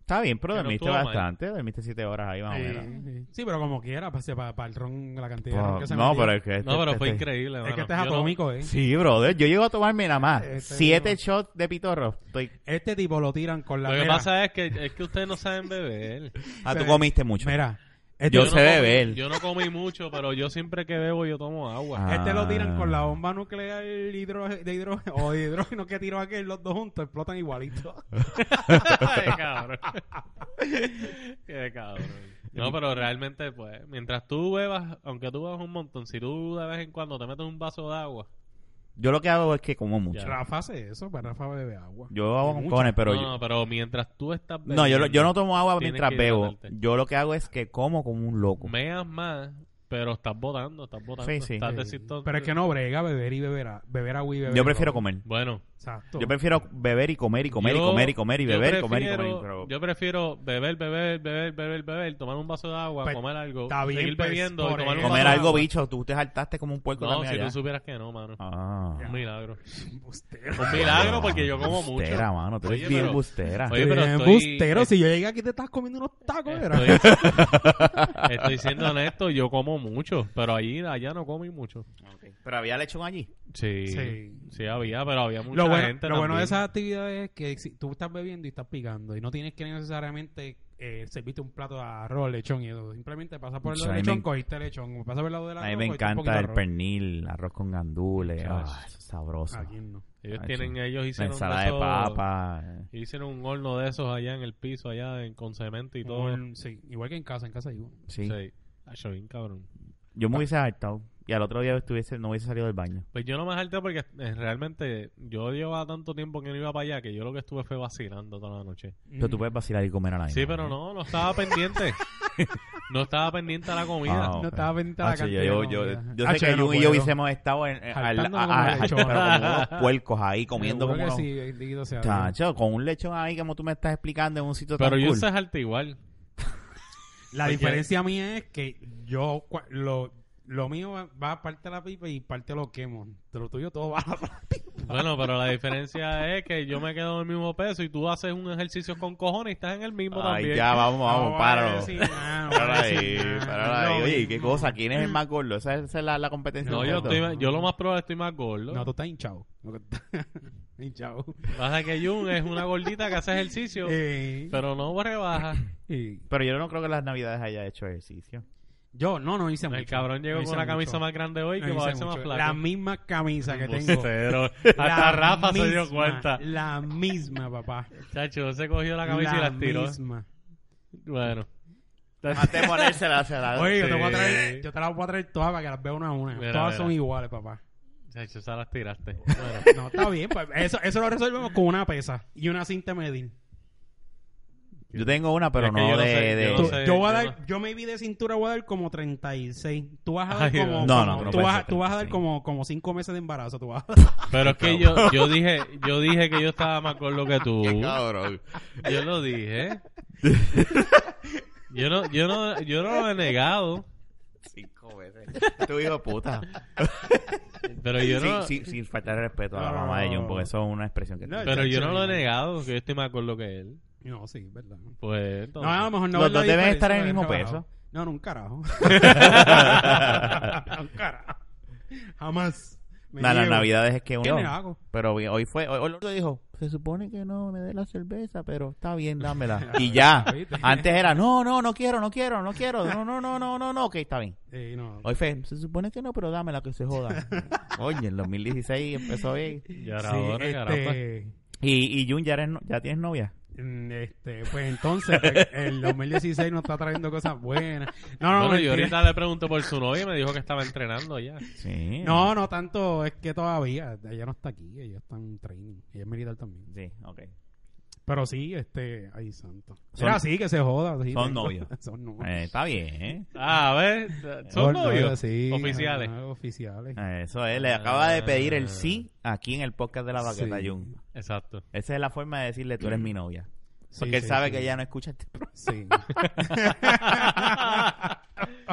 S1: Está bien, pero
S3: Que no
S1: dormiste
S3: estuvo mal.
S1: bastante. Dormiste siete horas ahí, más o
S2: Sí,
S1: menos.
S2: sí. Sí, pero como quiera, pues, para el ron, la cantidad de ron
S1: Wow.
S2: que se
S1: Pues, No,
S2: metía.
S1: pero es que...
S3: No, pero
S1: este-
S3: fue
S1: este-
S3: increíble,
S2: Es que
S3: mano.
S2: este es
S3: Yo no-
S2: atómico, ¿eh?
S1: Sí, brother. Yo llego a tomarme nada más
S2: Este
S1: siete
S2: no.
S1: shots de pitorro. Estoy...
S2: Este tipo lo tiran con la
S3: Lo que
S2: mira,
S3: pasa es que, es que ustedes no saben beber.
S1: Ah, tú
S2: Se-
S1: comiste mucho.
S2: Mira, Este,
S1: Yo
S3: no
S1: sé
S3: comí-
S1: beber.
S3: Yo no comí mucho, pero yo siempre que bebo yo tomo agua.
S1: Ah.
S2: este lo tiran con la bomba nuclear hidro- de hidrógeno o de hidrógeno que tiró aquel, los dos juntos explotan igualito.
S3: Qué cabrón. Qué cabrón. No, pero realmente, pues, mientras tú bebas, aunque tú bebas un montón, si tú de vez en cuando te metes un vaso de agua,
S1: Yo lo que hago es que como mucho.
S3: Ya.
S2: Rafa hace eso, para Rafa bebe agua.
S1: Yo hago con
S2: Mucho.
S1: cojones, pero
S3: no,
S1: yo,
S3: no, pero mientras tú estás
S1: no, yo, lo- yo no
S3: bebiendo,
S1: tomo agua
S3: Tienes
S1: mientras
S3: que
S1: bebo.
S3: hidratarte.
S1: Yo lo que hago es que como como un loco.
S3: meas más, pero estás botando, estás botando.
S1: Sí, sí.
S3: Estás
S2: Sí.
S3: desintoxicando.
S2: Eh, Pero es que no brega beber y beber, a- beber agua y beber.
S1: Yo prefiero
S2: agua.
S1: comer.
S3: Bueno,
S2: Exacto.
S1: Yo prefiero beber y comer y comer y
S3: Yo-
S1: comer y comer y
S3: yo
S1: beber y comer y comer.
S3: prefiero-
S1: y- Pero
S3: Yo prefiero beber, beber, beber, beber, beber, tomar un vaso de agua,
S2: Pues,
S3: comer algo,
S2: está bien,
S3: seguir
S2: pues,
S3: bebiendo y
S2: por
S3: tomar un
S2: eso.
S1: comer
S3: vaso
S1: algo,
S3: de agua.
S1: bicho. Tú te saltaste como un puerco
S3: No,
S1: también
S3: si
S1: allá.
S3: tú supieras que no, mano.
S1: Ah.
S3: Un milagro.
S2: Bustero.
S3: Un milagro porque yo como mucho.
S1: Bustera, mano. Tú eres
S3: Oye,
S1: bien
S3: pero-
S1: bustera.
S3: Oye, pero
S2: Bien,
S3: estoy-
S2: bustero, si yo llegué aquí te estás comiendo unos tacos, ¿verdad?
S3: Estoy, estoy siendo honesto, yo como mucho, pero allí allá no comí mucho.
S1: Ok. Pero había lechón allí.
S3: Sí, sí,
S2: Sí.
S3: había, pero había mucha
S2: Lo, bueno,
S3: gente.
S2: lo bueno de
S3: también.
S2: esas actividades es que si tú estás bebiendo y estás picando y no tienes que necesariamente eh, servirte un plato de arroz, lechón y eso. Simplemente pasas por el lado
S1: Mucho, a
S2: del
S1: mí
S2: lechón,
S1: me-
S2: cogiste el lechón. Como pasas por el lado del
S1: A mí
S2: arroz,
S1: me
S2: cogiste un poquito
S1: encanta
S2: de
S1: el
S2: arroz.
S1: pernil, arroz con gandules.
S3: Chacho.
S1: Ah, eso es sabroso.
S2: ¿A quién no?
S3: Ellos
S1: Ah,
S3: tienen,
S1: sí.
S3: ellos
S1: La
S3: hicieron
S1: ensalada
S3: de
S1: de
S3: esos-
S1: papa. eh,
S3: Hicieron un horno de esos allá en el piso, allá en, con cemento y todo.
S2: Un- sí, igual que en casa, en casa hay uno.
S1: Sí.
S3: Sí. Acho, bien cabrón.
S1: Yo
S3: Ah.
S1: me hubiese hartado. Y al otro día estuviese, no hubiese salido del baño.
S3: Pues yo no me salté porque eh, realmente yo llevaba tanto tiempo que no iba para allá que yo lo que estuve fue vacilando toda la noche.
S1: Pero
S3: Mm.
S1: tú puedes vacilar y comer a la misma,
S3: Sí, pero no, no estaba pendiente. no estaba pendiente a la comida.
S1: Ah,
S2: No estaba ventada
S1: Hacho, yo, yo, yo, Ah, yo sé que Jun
S2: yo
S1: y yo hubiésemos estado en, en- al-
S2: Jaltándonos
S1: a-
S2: como
S1: a-
S2: lechón.
S1: jaltándonos como unos puercos ahí comiendo como unos-
S2: sí, bendito sea Dios.
S1: Chacho, con un lechón ahí como tú me estás explicando en un sitio
S3: Pero
S1: tan
S3: yo
S1: cool.
S3: se salté igual.
S2: La
S3: Porque-
S2: diferencia mía es que yo cua- lo, lo mío va- va a parte de la pipa y parte lo quemo. De lo tuyo todo va a la
S3: Bueno, pero la diferencia es que yo me quedo en el mismo peso y tú haces un ejercicio con cojones y estás en el mismo
S1: Ay,
S3: también.
S1: ya, vamos,
S2: No
S1: vamos,
S2: voy a
S1: páralo.
S2: decir nada, no voy a
S1: Páralo ahí,
S2: decir nada.
S1: páralo
S2: Es lo
S1: ahí. Oye, ¿qué
S2: mismo.
S1: cosa? ¿Quién es el más gordo? Esa, esa es la, la competencia.
S3: No,
S1: de
S3: yo,
S1: nosotros.
S3: estoy, más- yo lo más probable estoy más gordo.
S2: No, tú estás hinchado. Lo que está- hinchado.
S3: Pasa que Jun es una gordita que hace ejercicio,
S2: Eh,
S3: pero no rebaja.
S2: eh,
S1: Pero yo no creo que las navidades haya hecho ejercicio.
S2: yo no, no hice mucho.
S3: El cabrón llegó
S2: No
S3: con
S2: hice
S3: una
S2: mucho.
S3: camisa más grande hoy
S2: No
S3: que va a
S2: hice
S3: verse más
S2: mucho.
S3: flaco.
S2: La misma camisa que tengo.
S3: Embustero.
S2: La
S3: Pues Hasta Rafa se dio
S2: misma,
S3: cuenta.
S2: La misma, papá.
S3: Chacho, se cogió la camisa y la tiró.
S2: misma.
S3: Bueno.
S1: Antes de ponérsela, se la...
S2: Oye, yo te
S3: Sí.
S2: voy a traer, yo te las voy a traer todas para que las vea una a una.
S3: Mira,
S2: todas
S3: mira.
S2: son iguales, papá.
S3: Chacho, se las tiraste.
S2: No, está bien, pues eso, eso lo resolvemos con una pesa y una cinta de medir.
S1: Yo tengo una, pero
S3: Es que
S1: no,
S3: yo no
S1: de,
S3: sé,
S1: de-
S3: yo
S2: Tú-
S3: no sé.
S2: yo voy a
S3: yo
S2: dar, yo me vi de cintura voy a dar como 36. Tú vas a dar
S3: Ay,
S2: como,
S3: no.
S1: No, no,
S2: como-
S1: no
S2: tú,
S1: pensé
S2: vas, tú vas a dar
S1: 36.
S2: como, como 5 meses de embarazo, tú vas a-
S3: Pero es que yo, yo dije, yo dije que yo estaba más gordo que tú.
S1: Cabrón.
S3: Yo lo dije. Yo no, yo no, yo no lo he negado.
S1: Cinco veces. Tu hijo de puta.
S3: Pero yo
S1: Sin-
S3: no,
S1: sin, sin faltar el respeto a la
S2: No,
S1: mamá de
S2: no,
S1: Jun,
S2: no.
S1: porque eso es una expresión que...
S2: No,
S3: pero yo no lo he negado, que yo estoy más gordo que él.
S2: No, sí, verdad. No,
S3: Pues entonces,
S2: a lo mejor no
S1: Los
S2: ves la
S1: dos deben
S2: diferencia,
S1: estar en el
S2: pero
S1: mismo
S2: carajo.
S1: peso.
S2: No, no, un carajo. un carajo. Jamás. Me
S1: Nah, las
S2: niego.
S1: navidades es que
S2: ¿Qué
S1: uno...
S2: me hago?
S1: Pero hoy hoy fue, hoy, hoy lo dijo, se supone que no me dé la cerveza, pero está bien, dámela. y ya,
S2: ¿Viste?
S1: antes era, no, no, no quiero, no quiero, no quiero, no, no, no, no, no, no, ok, está bien.
S2: Eh, no.
S1: Hoy fue, se supone que no, pero dámela que se joda. Oye, en 2016 empezó bien.
S3: y ahora,
S2: Sí,
S3: ahora, caramba.
S2: este,
S1: Y, y Jun, ¿ya, eres no- ¿ya tienes novia?
S2: mm, este, pues entonces, pues, el 2016 nos está trayendo cosas buenas. No, no,
S3: Bueno, yo
S2: mentira.
S3: ahorita le pregunto por su novia y me dijo que estaba entrenando ya.
S1: Sí.
S2: No, no tanto, es que todavía, ella no está aquí, ella está en training, ella es militar también.
S1: Sí, ok.
S2: Pero sí, este, ay santo.
S1: Son-
S2: Era así que se joda. sí,
S1: son
S2: tengo-
S1: novios.
S2: son novios.
S1: Eh, está bien, ¿eh?
S3: Ah, a ver, son
S2: Son novios,
S3: novios
S2: sí,
S3: oficiales.
S2: ajá, oficiales.
S1: Eh, Eso es, le acaba de pedir el sí aquí en el podcast de la vaqueta,
S2: Sí.
S1: Jun.
S3: Exacto.
S1: Esa es la forma de decirle, tú eres mi novia.
S2: Sí,
S1: Porque él
S2: sí,
S1: sabe
S2: sí.
S1: que ella no escucha este programa.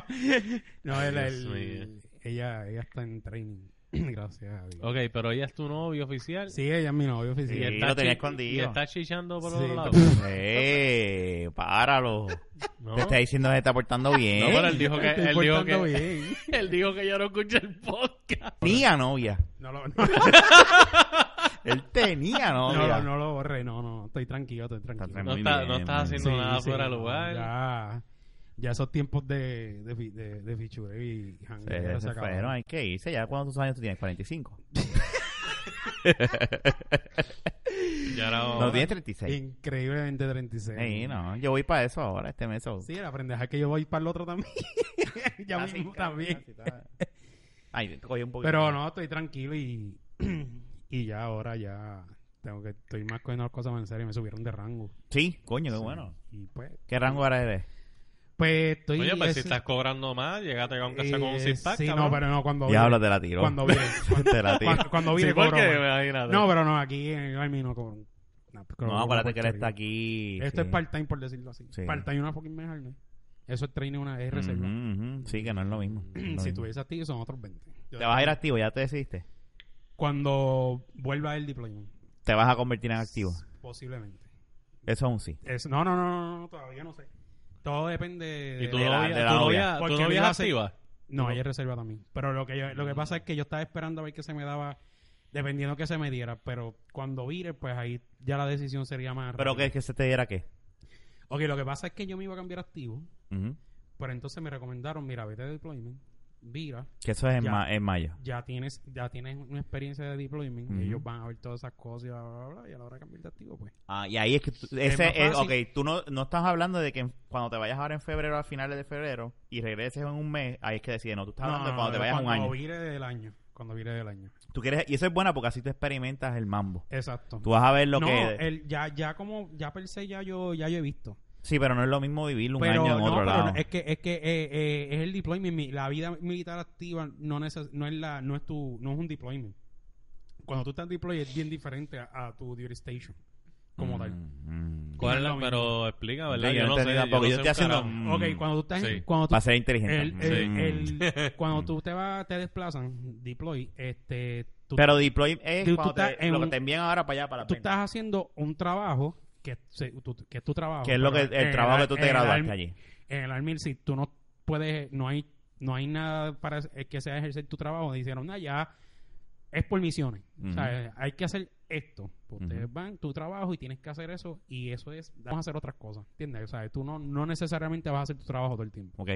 S2: Sí. no, el- el-
S3: Dios mío.
S2: ella, ella está en training, gracias a Dios.
S3: Ok, pero ella es tu novio oficial.
S2: Sí, ella es mi novia oficial.
S1: Sí,
S3: está
S1: lo tenía
S3: chi-
S1: escondido.
S3: Y está chichando por
S2: Sí.
S3: otro lado.
S1: ¡Eh! ¡Páralo!
S3: No,
S1: Te está diciendo que se está portando bien.
S3: No, pero él dijo
S2: Me
S3: que,
S2: estoy
S3: él dijo
S2: portando
S3: que,
S2: bien.
S3: él dijo que yo no escuché el podcast.
S1: tenía novia.
S2: No lo, no,
S1: Él tenía
S2: no,
S1: novia.
S2: lo- no lo borre, no, no, estoy tranquilo, estoy tranquilo.
S1: tranquilo.
S3: No,
S1: Muy
S3: está,
S1: bien,
S3: no estás
S1: muy
S3: haciendo
S1: bien.
S3: nada fuera de
S2: no,
S3: lugar.
S2: ya. Ya esos tiempos de, de, fi- de, de fichureo y jangueo
S1: Se,
S2: ya
S1: se
S2: acabaron.
S1: Eh, fueron, hay que irse. ¿Ya cuántos años tú tienes? 45.
S3: Ya era
S1: No,
S3: hora.
S1: tienes 36.
S2: Increíblemente 36.
S1: Ey, no, yo voy para eso ahora, este mes. o-
S2: Sí, la aprendeja que yo voy para el otro también. ya
S1: Casi,
S2: mismo
S1: casi,
S2: también.
S1: casi, Ah, está. Ay, te cogí un poquito.
S2: Pero no, estoy tranquilo y, y ya ahora ya tengo que estoy más cogiendo las cosas más en serio. Me subieron de rango.
S1: Sí, coño, qué
S2: Sí.
S1: bueno.
S2: Y pues,
S1: ¿Qué rango ahora eres?
S2: pues estoy.
S3: Oye, pues si
S2: ese-
S3: estás cobrando más, llegate aunque sea con
S2: eh,
S3: un six pack,
S2: Sí,
S3: cabrón.
S2: no, pero no, cuando
S1: Ya hablas
S2: vire-
S1: de la tiro.
S2: Cuando vire. Cuando,
S1: Te la tiro.
S2: cuando, cuando
S3: Sí,
S2: vire
S3: porque
S2: cobro más.
S3: imagínate.
S2: No, pero no, aquí en el Army no cobro. No, pues, cobro
S1: No,
S2: una
S1: acuérdate que él está
S2: porquería.
S1: aquí.
S2: Esto
S1: sí.
S2: es part-time, por decirlo así.
S1: Sí.
S2: Part-time una fucking mejor. Eso es training, una es
S1: Ujú,
S2: reserva.
S1: ujú. Sí, que no es lo mismo. no es lo
S2: si
S1: mismo.
S2: tuviese a ti, son otros 20. Yo-
S1: Te vas a ir activo, ya te decidiste.
S2: Cuando vuelva el deployment.
S1: Te vas a convertir en activo.
S2: Posiblemente.
S1: Eso es un sí.
S2: Es- no, no, no, no, no, todavía no sé. Todo depende de...
S3: ¿Y tu
S1: de la-
S3: novia,
S1: de la
S3: tu
S1: novia.
S3: novia, tu
S2: Porque
S3: novia
S2: lo
S3: es
S2: hace-
S3: activa?
S2: No, ella es reserva también. Pero lo que, yo- lo que pasa es que yo estaba esperando a ver qué se me daba, dependiendo que se me diera. Pero cuando vire, pues ahí ya la decisión sería más
S1: ¿Pero
S2: rápida.
S1: que, que se te diera qué?
S2: Ok, lo que pasa es que yo me iba a cambiar activo.
S1: Ujú.
S2: Pero entonces me recomendaron, mira, vete de deployment. Vira,
S1: Que eso es en,
S2: Ya.
S1: ma- en mayo.
S2: ya tienes ya tienes una experiencia de deployment.
S1: Ujú.
S2: y ellos van a ver todas esas cosas y bla, bla, bla, bla, y a la hora de cambiar de activo, pues.
S1: Ah, y ahí es que tú,
S2: Es
S1: ese
S2: más
S1: es, ok,
S2: fácil.
S1: tú no, no estás hablando de que en- cuando te vayas ahora en febrero, a finales de febrero, y regreses en un mes, ahí es que decides, no, tú estás hablando de cuando te vayas un año.
S2: Cuando vire del año. Cuando vire del año.
S1: Tú quieres, y eso es buena porque así tú experimentas el mambo.
S2: Exacto.
S1: Tú vas a ver lo
S2: no,
S1: que...
S2: el- ya, ya como, ya per se ya yo, ya yo he visto.
S1: Sí, pero no es lo mismo vivir un
S2: pero
S1: año en
S2: no,
S1: otro
S2: pero
S1: lado.
S2: no, es que, es que eh, eh, es el deployment. mi- La vida militar activa no, neces- no es la, no es tu, no es un deployment. Cuando tú estás deployed es bien diferente a, a tu duty station. Como tal.
S1: Mm, mm.
S3: ¿Cuál
S2: es
S3: es la-
S2: lo mismo.
S3: Pero explica, ¿verdad?
S1: Sí, yo no
S3: sé,
S1: entendí tampoco.
S3: no
S1: Yo
S3: sé
S1: estoy
S3: un
S1: haciendo-
S3: carajo.
S2: Ok, cuando tú estás, en-
S3: Sí.
S2: cuando tú
S1: Para ser inteligente.
S2: el-
S1: Mm.
S2: el- el- cuando tú te vas, te desplazan, deploy, este, tú,
S1: Pero deploy es
S2: Tú-
S1: cuando
S2: tú estás
S1: te,
S2: en
S1: lo que
S2: un-
S1: te envían ahora para allá, para la
S2: tú
S1: pena.
S2: estás haciendo un trabajo que, se- tu- que es tu trabajo.
S1: Que es lo que
S2: pero en
S1: el trabajo que tú
S2: en
S1: te
S2: el
S1: graduaste
S2: Army-
S1: allí.
S2: En el Army, si tú no puedes, no hay, no hay nada para eh, que sea ejercer tu trabajo, dijeron, "Ah, ya es por misiones.
S1: Ujú.
S2: O sea, hay que hacer esto. Pues Ustedes
S1: Ujú.
S2: van, tu trabajo y tienes que hacer eso y eso es, vamos a hacer otras cosas, ¿entiendes? O sea, tú no, no necesariamente vas a hacer tu trabajo todo el tiempo.
S1: Ok.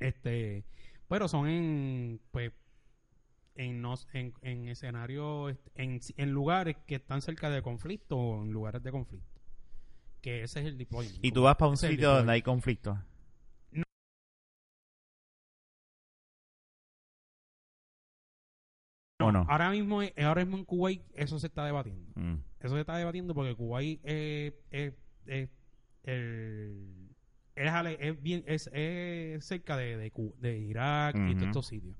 S2: Este, pero son en, pues, en, nos- en, en escenarios, en, en lugares que están cerca de conflicto o en lugares de conflicto. Que ese es el deployment.
S1: Y tú vas para un
S2: Ese es el
S1: sitio
S2: deploy.
S1: donde hay conflicto. ¿O no?
S2: Ahora mismo, eh, ahora mismo en Kuwait eso se está debatiendo.
S1: Mm.
S2: Eso se está debatiendo porque Kuwait eh, eh, eh, el- es, ale- es bien, es, es cerca de, de, Cu- de Irak y
S1: Ujú.
S2: todos estos sitios.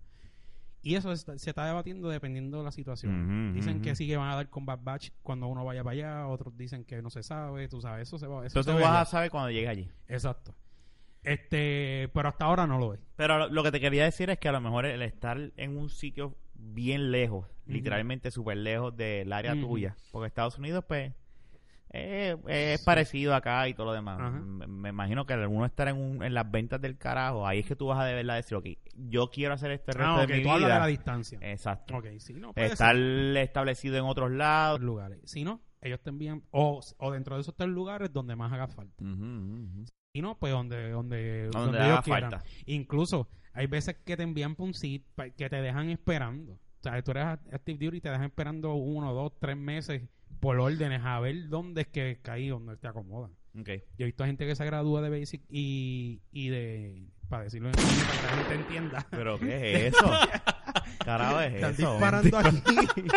S2: Y eso está- se está debatiendo dependiendo de la situación.
S1: Ujú,
S2: Dicen
S1: ujú.
S2: que sí que van a dar combat batch cuando uno vaya para allá, otros dicen que no se sabe, tú sabes, eso se va. Eso
S1: Entonces
S2: se
S1: tú
S2: ve
S1: vas a saber cuando llegues allí.
S2: allá. Exacto. Este, pero hasta ahora no lo es.
S1: Pero lo, lo que te quería decir es que a lo mejor el estar en un sitio bien lejos, literalmente súper lejos del área
S2: Ujú.
S1: tuya, porque Estados Unidos, pues, eh, es parecido acá y todo lo demás.
S2: Ajá.
S1: Me, me imagino que al uno estar en, un- en las ventas del carajo, ahí es que tú vas a de verdad decir, ok, yo quiero hacer este resto
S2: Ah, ok,
S1: de mi
S2: tú hablas de la
S1: vida. Eh,
S2: distancia.
S1: Exacto. Pues
S2: Ok, sí, no. puede ser.
S1: estar establecido en otros lados.
S2: lugares. Si no, ellos te envían o, o dentro de esos tres lugares donde más haga falta. Si no, pues donde donde,
S1: Donde
S2: donde
S1: haga
S2: ellos quieran.
S1: falta.
S2: Incluso hay veces que te envían para un sit pa- que te dejan esperando. O sea, tú eres active duty y te dejan esperando uno, dos, tres meses por órdenes a ver dónde es que caí, dónde te acomodan.
S1: Ok.
S2: Yo he visto gente que se gradúa de basic y, y de para decirlo en para que la gente entienda.
S1: ¿Pero qué es eso? Carajo, es
S2: Están
S1: eso.
S2: disparando aquí.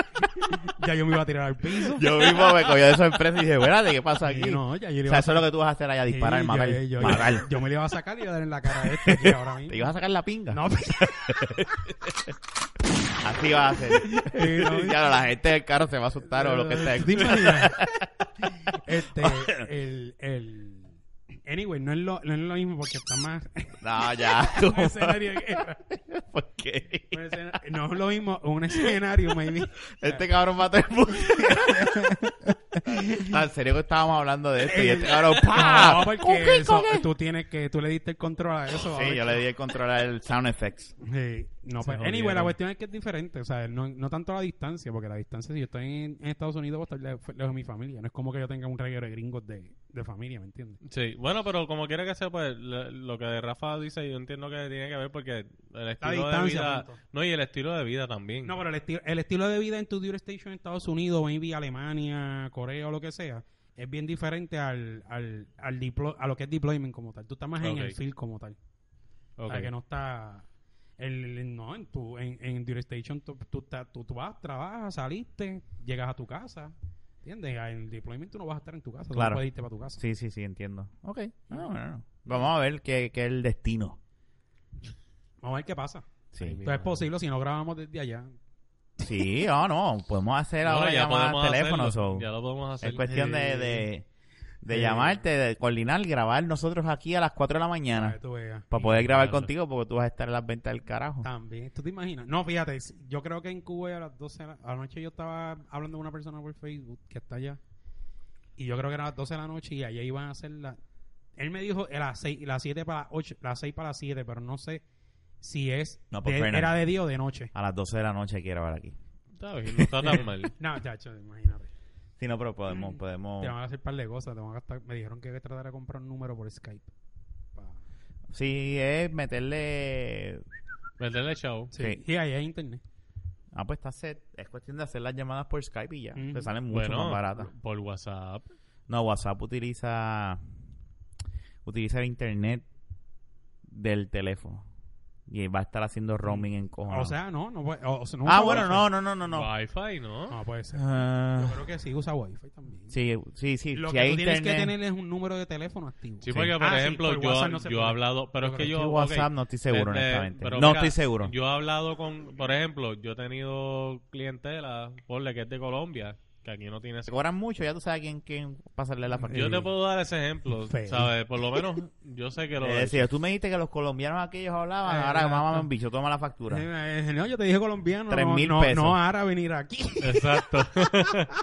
S2: ya yo me iba a tirar al piso.
S1: Yo mismo me cogió de sorpresa y dije, espérate, ¿qué pasa aquí?
S2: Y no, ya yo le
S1: o
S2: iba
S1: sea,
S2: a
S1: eso es lo que tú vas a hacer allá, disparar,
S2: Sí,
S1: matar,
S2: yo- yo- yo-
S1: matar.
S2: Yo me lo iba a sacar y iba a dar en la cara a este aquí ahora mismo.
S1: Te ibas a sacar la pinga.
S2: No,
S1: Así vas a hacer.
S2: Eh, no,
S1: ya no, la gente del carro se va a asustar o lo que
S2: ¿tú
S1: sea.
S2: te imaginas? Este, el, el... Anyway, no es, lo, no es lo mismo porque está más...
S1: No, ya. tú.
S2: un escenario de guerra.
S1: ¿Por qué?
S2: Un escena- No es lo mismo un escenario, maybe.
S1: Este cabrón mató el mundo. Ah, en serio que estábamos hablando de esto y este cabrón,
S2: Eh, No,
S1: ¡pa!
S2: porque
S1: ¿Con qué,
S2: eso-
S1: con qué?
S2: tú tienes que, tú le diste el control a eso.
S1: Sí,
S2: ¿vale?
S1: yo le di el control al sound effects.
S2: Sí, no,
S3: Se
S2: pues,
S3: jodieron.
S2: anyway, la cuestión es que es diferente, o sea, no, no tanto la distancia, porque la distancia, si yo estoy en, en Estados Unidos, voy a estar lejos, lejos de mi familia, no es como que yo tenga un reguero de gringos de, de familia, ¿me entiendes?
S3: Sí, bueno, pero como quiera que sea, pues la- lo que Rafa dice, yo entiendo que tiene que ver porque el estilo de
S2: distancia,
S3: vida.
S2: punto.
S3: No, y el estilo de vida también.
S2: No, pero el, esti- el estilo de vida en tu Duty Station en Estados Unidos, maybe Alemania, Corea o lo que sea, es bien diferente al, al, al deplo- a lo que es deployment como tal, tú estás más en
S3: Ok.
S2: el field como tal.
S3: Ok.
S2: O sea, que no está... El, el- no, en tu en, en Duty Station tú, tú, estás- tú- tú vas, trabajas, saliste, llegas a tu casa. ¿Entiendes? En el deployment tú no vas a estar en tu casa. Claro.
S1: Claro.
S2: No puedes irte para tu casa.
S1: Sí, sí, sí, entiendo. Ok. No, no, no. Vamos a ver qué, qué es el destino.
S2: Vamos a ver qué pasa.
S1: Sí,
S2: Entonces es posible si no grabamos desde allá.
S1: sí, no, no. Podemos hacer
S3: No,
S1: ahora llamadas
S3: podemos
S1: al teléfono.
S3: hacerlo,
S1: so.
S3: Ya lo podemos hacer.
S1: Es cuestión de,
S2: Eh,
S1: de, de
S2: eh.
S1: llamarte, de coordinar, grabar nosotros aquí a las 4 de la
S2: Para
S1: mañana.
S2: que tú veas.
S1: Para poder grabar
S3: claro.
S1: contigo porque tú vas a estar en las ventas del carajo.
S2: También, ¿tú te imaginas? No, fíjate, si- yo creo que en Cuba a las 12 de la, noche yo estaba hablando de una persona por Facebook que está allá. Y yo creo que era a las 12 de la noche y allá iban a hacer la... Él me dijo a las 6, las 7 para las 8, las 6 para las 7, pero no sé si es...
S1: No, por
S2: de-
S1: pena.
S2: era de día o de noche.
S1: A las 12 de la noche quiero grabar aquí.
S3: Está bien, no está tan mal.
S2: No, chacho, imagínate.
S1: Si no, pero podemos...
S3: Mm,
S1: podemos
S2: Te van a hacer par de cosas, te van a gastar... Me dijeron que tratar de comprar un número por Skype. Pa-
S1: Sí, es meterle...
S3: Meterle show.
S1: Sí.
S2: Y ahí hay internet.
S1: Ah, pues está set. Es cuestión de hacer las llamadas por Skype y ya.
S2: Ujú.
S1: Te salen mucho
S3: Bueno,
S1: más baratas.
S3: por WhatsApp.
S1: No, WhatsApp utiliza... Utiliza el internet del teléfono. Y va a estar haciendo roaming en cojones.
S2: O sea, no, no puede... o- o sea, no
S1: ah,
S2: usa
S1: bueno,
S2: wifi.
S1: no, no, no, no, no.
S3: Wi-Fi, ¿no?
S2: No puede ser.
S1: Ah,
S2: Yo creo que sí usa wifi también.
S1: sí, sí, sí.
S2: Lo
S1: si
S2: que
S1: hay
S2: tú tienes que
S1: internet-
S2: tener es un número de teléfono activo.
S3: Sí, porque por
S2: Ah, sí,
S3: ejemplo,
S2: por
S3: yo,
S2: WhatsApp no se
S3: yo he
S2: puede.
S3: hablado, pero es
S2: Yo
S3: que
S2: creo
S3: yo...
S1: Sí,
S3: ok,
S1: WhatsApp no estoy seguro,
S3: Desde-
S1: honestamente.
S3: pero
S1: no
S3: mira,
S1: estoy seguro.
S3: Yo he hablado con, por ejemplo, yo he tenido clientela, ponle que es de Colombia, que aquí no tiene
S1: Se cobran mucho, ya tú sabes quién, quién pasarle la factura.
S3: Yo te puedo dar ese ejemplo,
S2: Feo.
S3: ¿sabes? Por lo menos yo sé que lo
S1: Es decir, Eh, tú me dijiste que los colombianos aquellos hablaban,
S2: Eh,
S1: ahora
S2: exacto.
S1: mamá un bicho, toma la factura.
S2: Eh, eh, No, yo te dije colombiano.
S1: Tres
S2: no,
S1: mil
S2: no,
S1: pesos.
S2: No, ahora venir aquí.
S3: Exacto.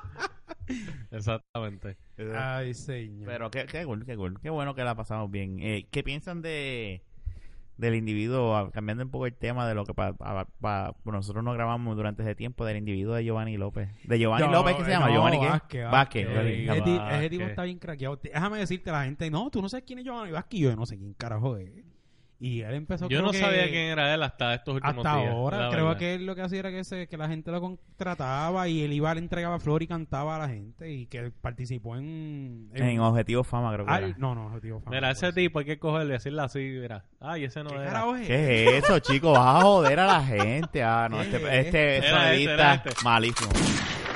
S3: Exactamente.
S1: Eh,
S2: Ay, señor.
S1: Pero qué, qué, cool, qué cool. Qué bueno que la pasamos bien. Eh, ¿Qué piensan de del individuo, ah, cambiando un poco el tema de lo que pa- pa- pa- nosotros no grabamos durante ese tiempo, del individuo de Giovanni López? ¿De Giovanni
S2: No,
S1: López qué se
S2: eh,
S1: llama?
S2: no,
S1: ¿Giovanni qué?
S2: Vázquez, Eh,
S1: Vázquez.
S3: Vázquez.
S1: Vázquez.
S2: Ese, ti- ese tipo
S3: Vázquez.
S2: está bien craqueado. Te- Déjame decirte, la gente, no, tú no sabes quién es Giovanni Vázquez. Y yo no sé quién carajo es. Y él empezó
S3: Yo
S2: creo
S3: no
S2: que
S3: sabía quién era él hasta estos últimos
S2: Hasta
S3: días.
S2: ahora,
S3: la
S2: creo
S3: verdad.
S2: que él lo que hacía era que, se, que la gente lo contrataba y él iba, le entregaba flor y cantaba a la gente. Y que él participó en.
S1: En Objetivo Fama, creo que
S2: Al-
S1: era.
S2: no, no, objetivo fama,
S3: Mira,
S2: pues.
S3: ese tipo hay que cogerle y decirle así, mira. Ay, ese no
S2: ¿Qué
S3: era.
S2: carajo es?
S1: ¿Qué es eso, chico? Vas a joder a la gente. Ah, no, este,
S2: ¿Qué es
S1: este
S3: esto? Era este, era
S1: sonidista
S3: este.
S1: malísimo.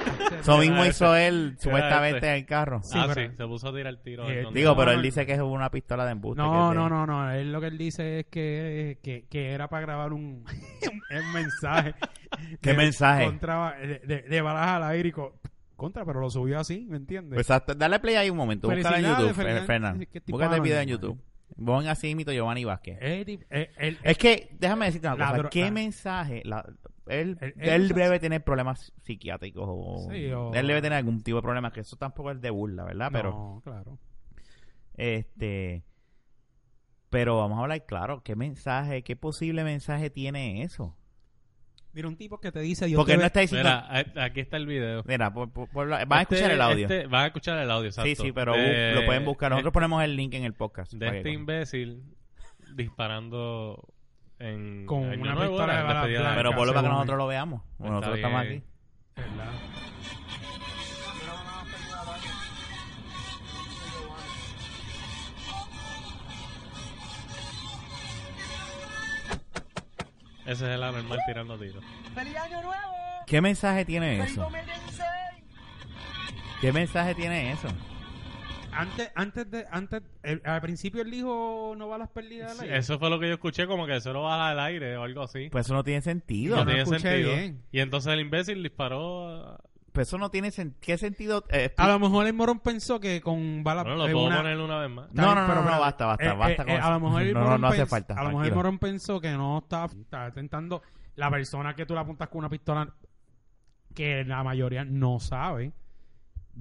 S2: Etcétera.
S1: Eso mismo
S3: Era
S1: hizo él,
S3: Era
S1: supuestamente,
S3: este.
S1: en el carro.
S2: Sí,
S3: Ah, sí,
S2: pero- Eh,
S3: se puso a tirar el tiro.
S2: Sí,
S3: al
S1: Digo, pero
S2: No,
S1: él dice que es una pistola de embuste.
S2: No, no, no, no. Él lo que él dice es que, que, que era para grabar un, un mensaje.
S1: ¿Qué
S2: De-
S1: mensaje?
S2: Contra, de, de, de balaja al aire y co- contra, pero lo subió así, ¿me entiendes?
S1: Pues hasta- dale play ahí un momento. Búscala en
S2: Felicidades,
S1: YouTube, Fer-
S2: Fernan-
S1: Fernan.
S2: ¿Qué tipo
S1: Búscate el video en
S2: anormal?
S1: YouTube. Pon así mito Giovanni Vázquez.
S2: Eh, di- eh, él-
S1: Es que, déjame decirte una
S2: La
S1: cosa.
S2: dro-
S1: ¿Qué
S2: la-
S1: mensaje? la- él,
S2: El-
S1: él
S2: el-
S1: debe tener problemas psiquiátricos o,
S2: Sí, o-
S1: Él debe tener algún tipo de problema, que eso tampoco es de burla, ¿verdad? ah, Pero...
S2: No, claro.
S1: Este, pero vamos a hablar claro, ¿qué mensaje, qué posible mensaje tiene eso?
S2: Mira, un tipo que te dice... Yo
S1: Porque
S2: te
S1: él no
S2: ve-
S1: está diciendo,
S3: Mira, a- aquí está el video.
S1: mira, por- por- por la- van a
S3: Este-
S1: escuchar el audio.
S3: este- van a escuchar el audio, exacto.
S1: sí, sí, pero
S3: De-
S1: bu- lo pueden buscar. Nosotros ponemos el link en el podcast.
S3: De
S1: para
S3: este
S1: que-
S3: imbécil disparando en.
S2: Con
S3: Año
S2: una
S3: Nuevo,
S2: pistola
S3: la
S2: de bala
S3: despedida
S2: blanca.
S1: pero por lo para que
S2: según
S1: nosotros
S2: él.
S1: lo veamos.
S2: Pues
S1: nosotros
S3: bien.
S1: estamos aquí.
S2: ¿Verdad?
S3: Ese es el anormal tirando tiros.
S4: ¡Feliz año nuevo!
S1: ¿Qué mensaje tiene
S4: ¡Feliz
S1: eso?
S4: 2016!
S1: ¿Qué mensaje tiene eso?
S2: Antes, antes de... Antes, el- al principio él dijo no va a las pérdidas de la
S3: Eso fue lo que yo escuché, como que se lo baja al aire o algo así.
S1: Pues eso no tiene
S3: no
S1: sentido.
S2: no
S3: tiene
S2: escuché
S3: sentido.
S2: bien.
S3: Y entonces el imbécil disparó. a-
S1: Pues eso no tiene sentido. ¿Qué sentido? Eh,
S2: A lo mejor el morón pensó que con bala...
S3: Bueno, lo
S2: eh,
S3: puedo
S2: una-
S3: poner una vez más.
S1: No, no, no, no, no, basta, basta, basta con
S2: Eh, a
S1: eso.
S2: lo mejor el
S1: No, no,
S2: Morón
S1: no hace
S2: pens-
S1: falta,
S2: A lo mejor el
S1: tranquilo.
S2: Morón pensó que no estaba, estaba atentando la persona que tú le apuntas con una pistola que la mayoría no sabe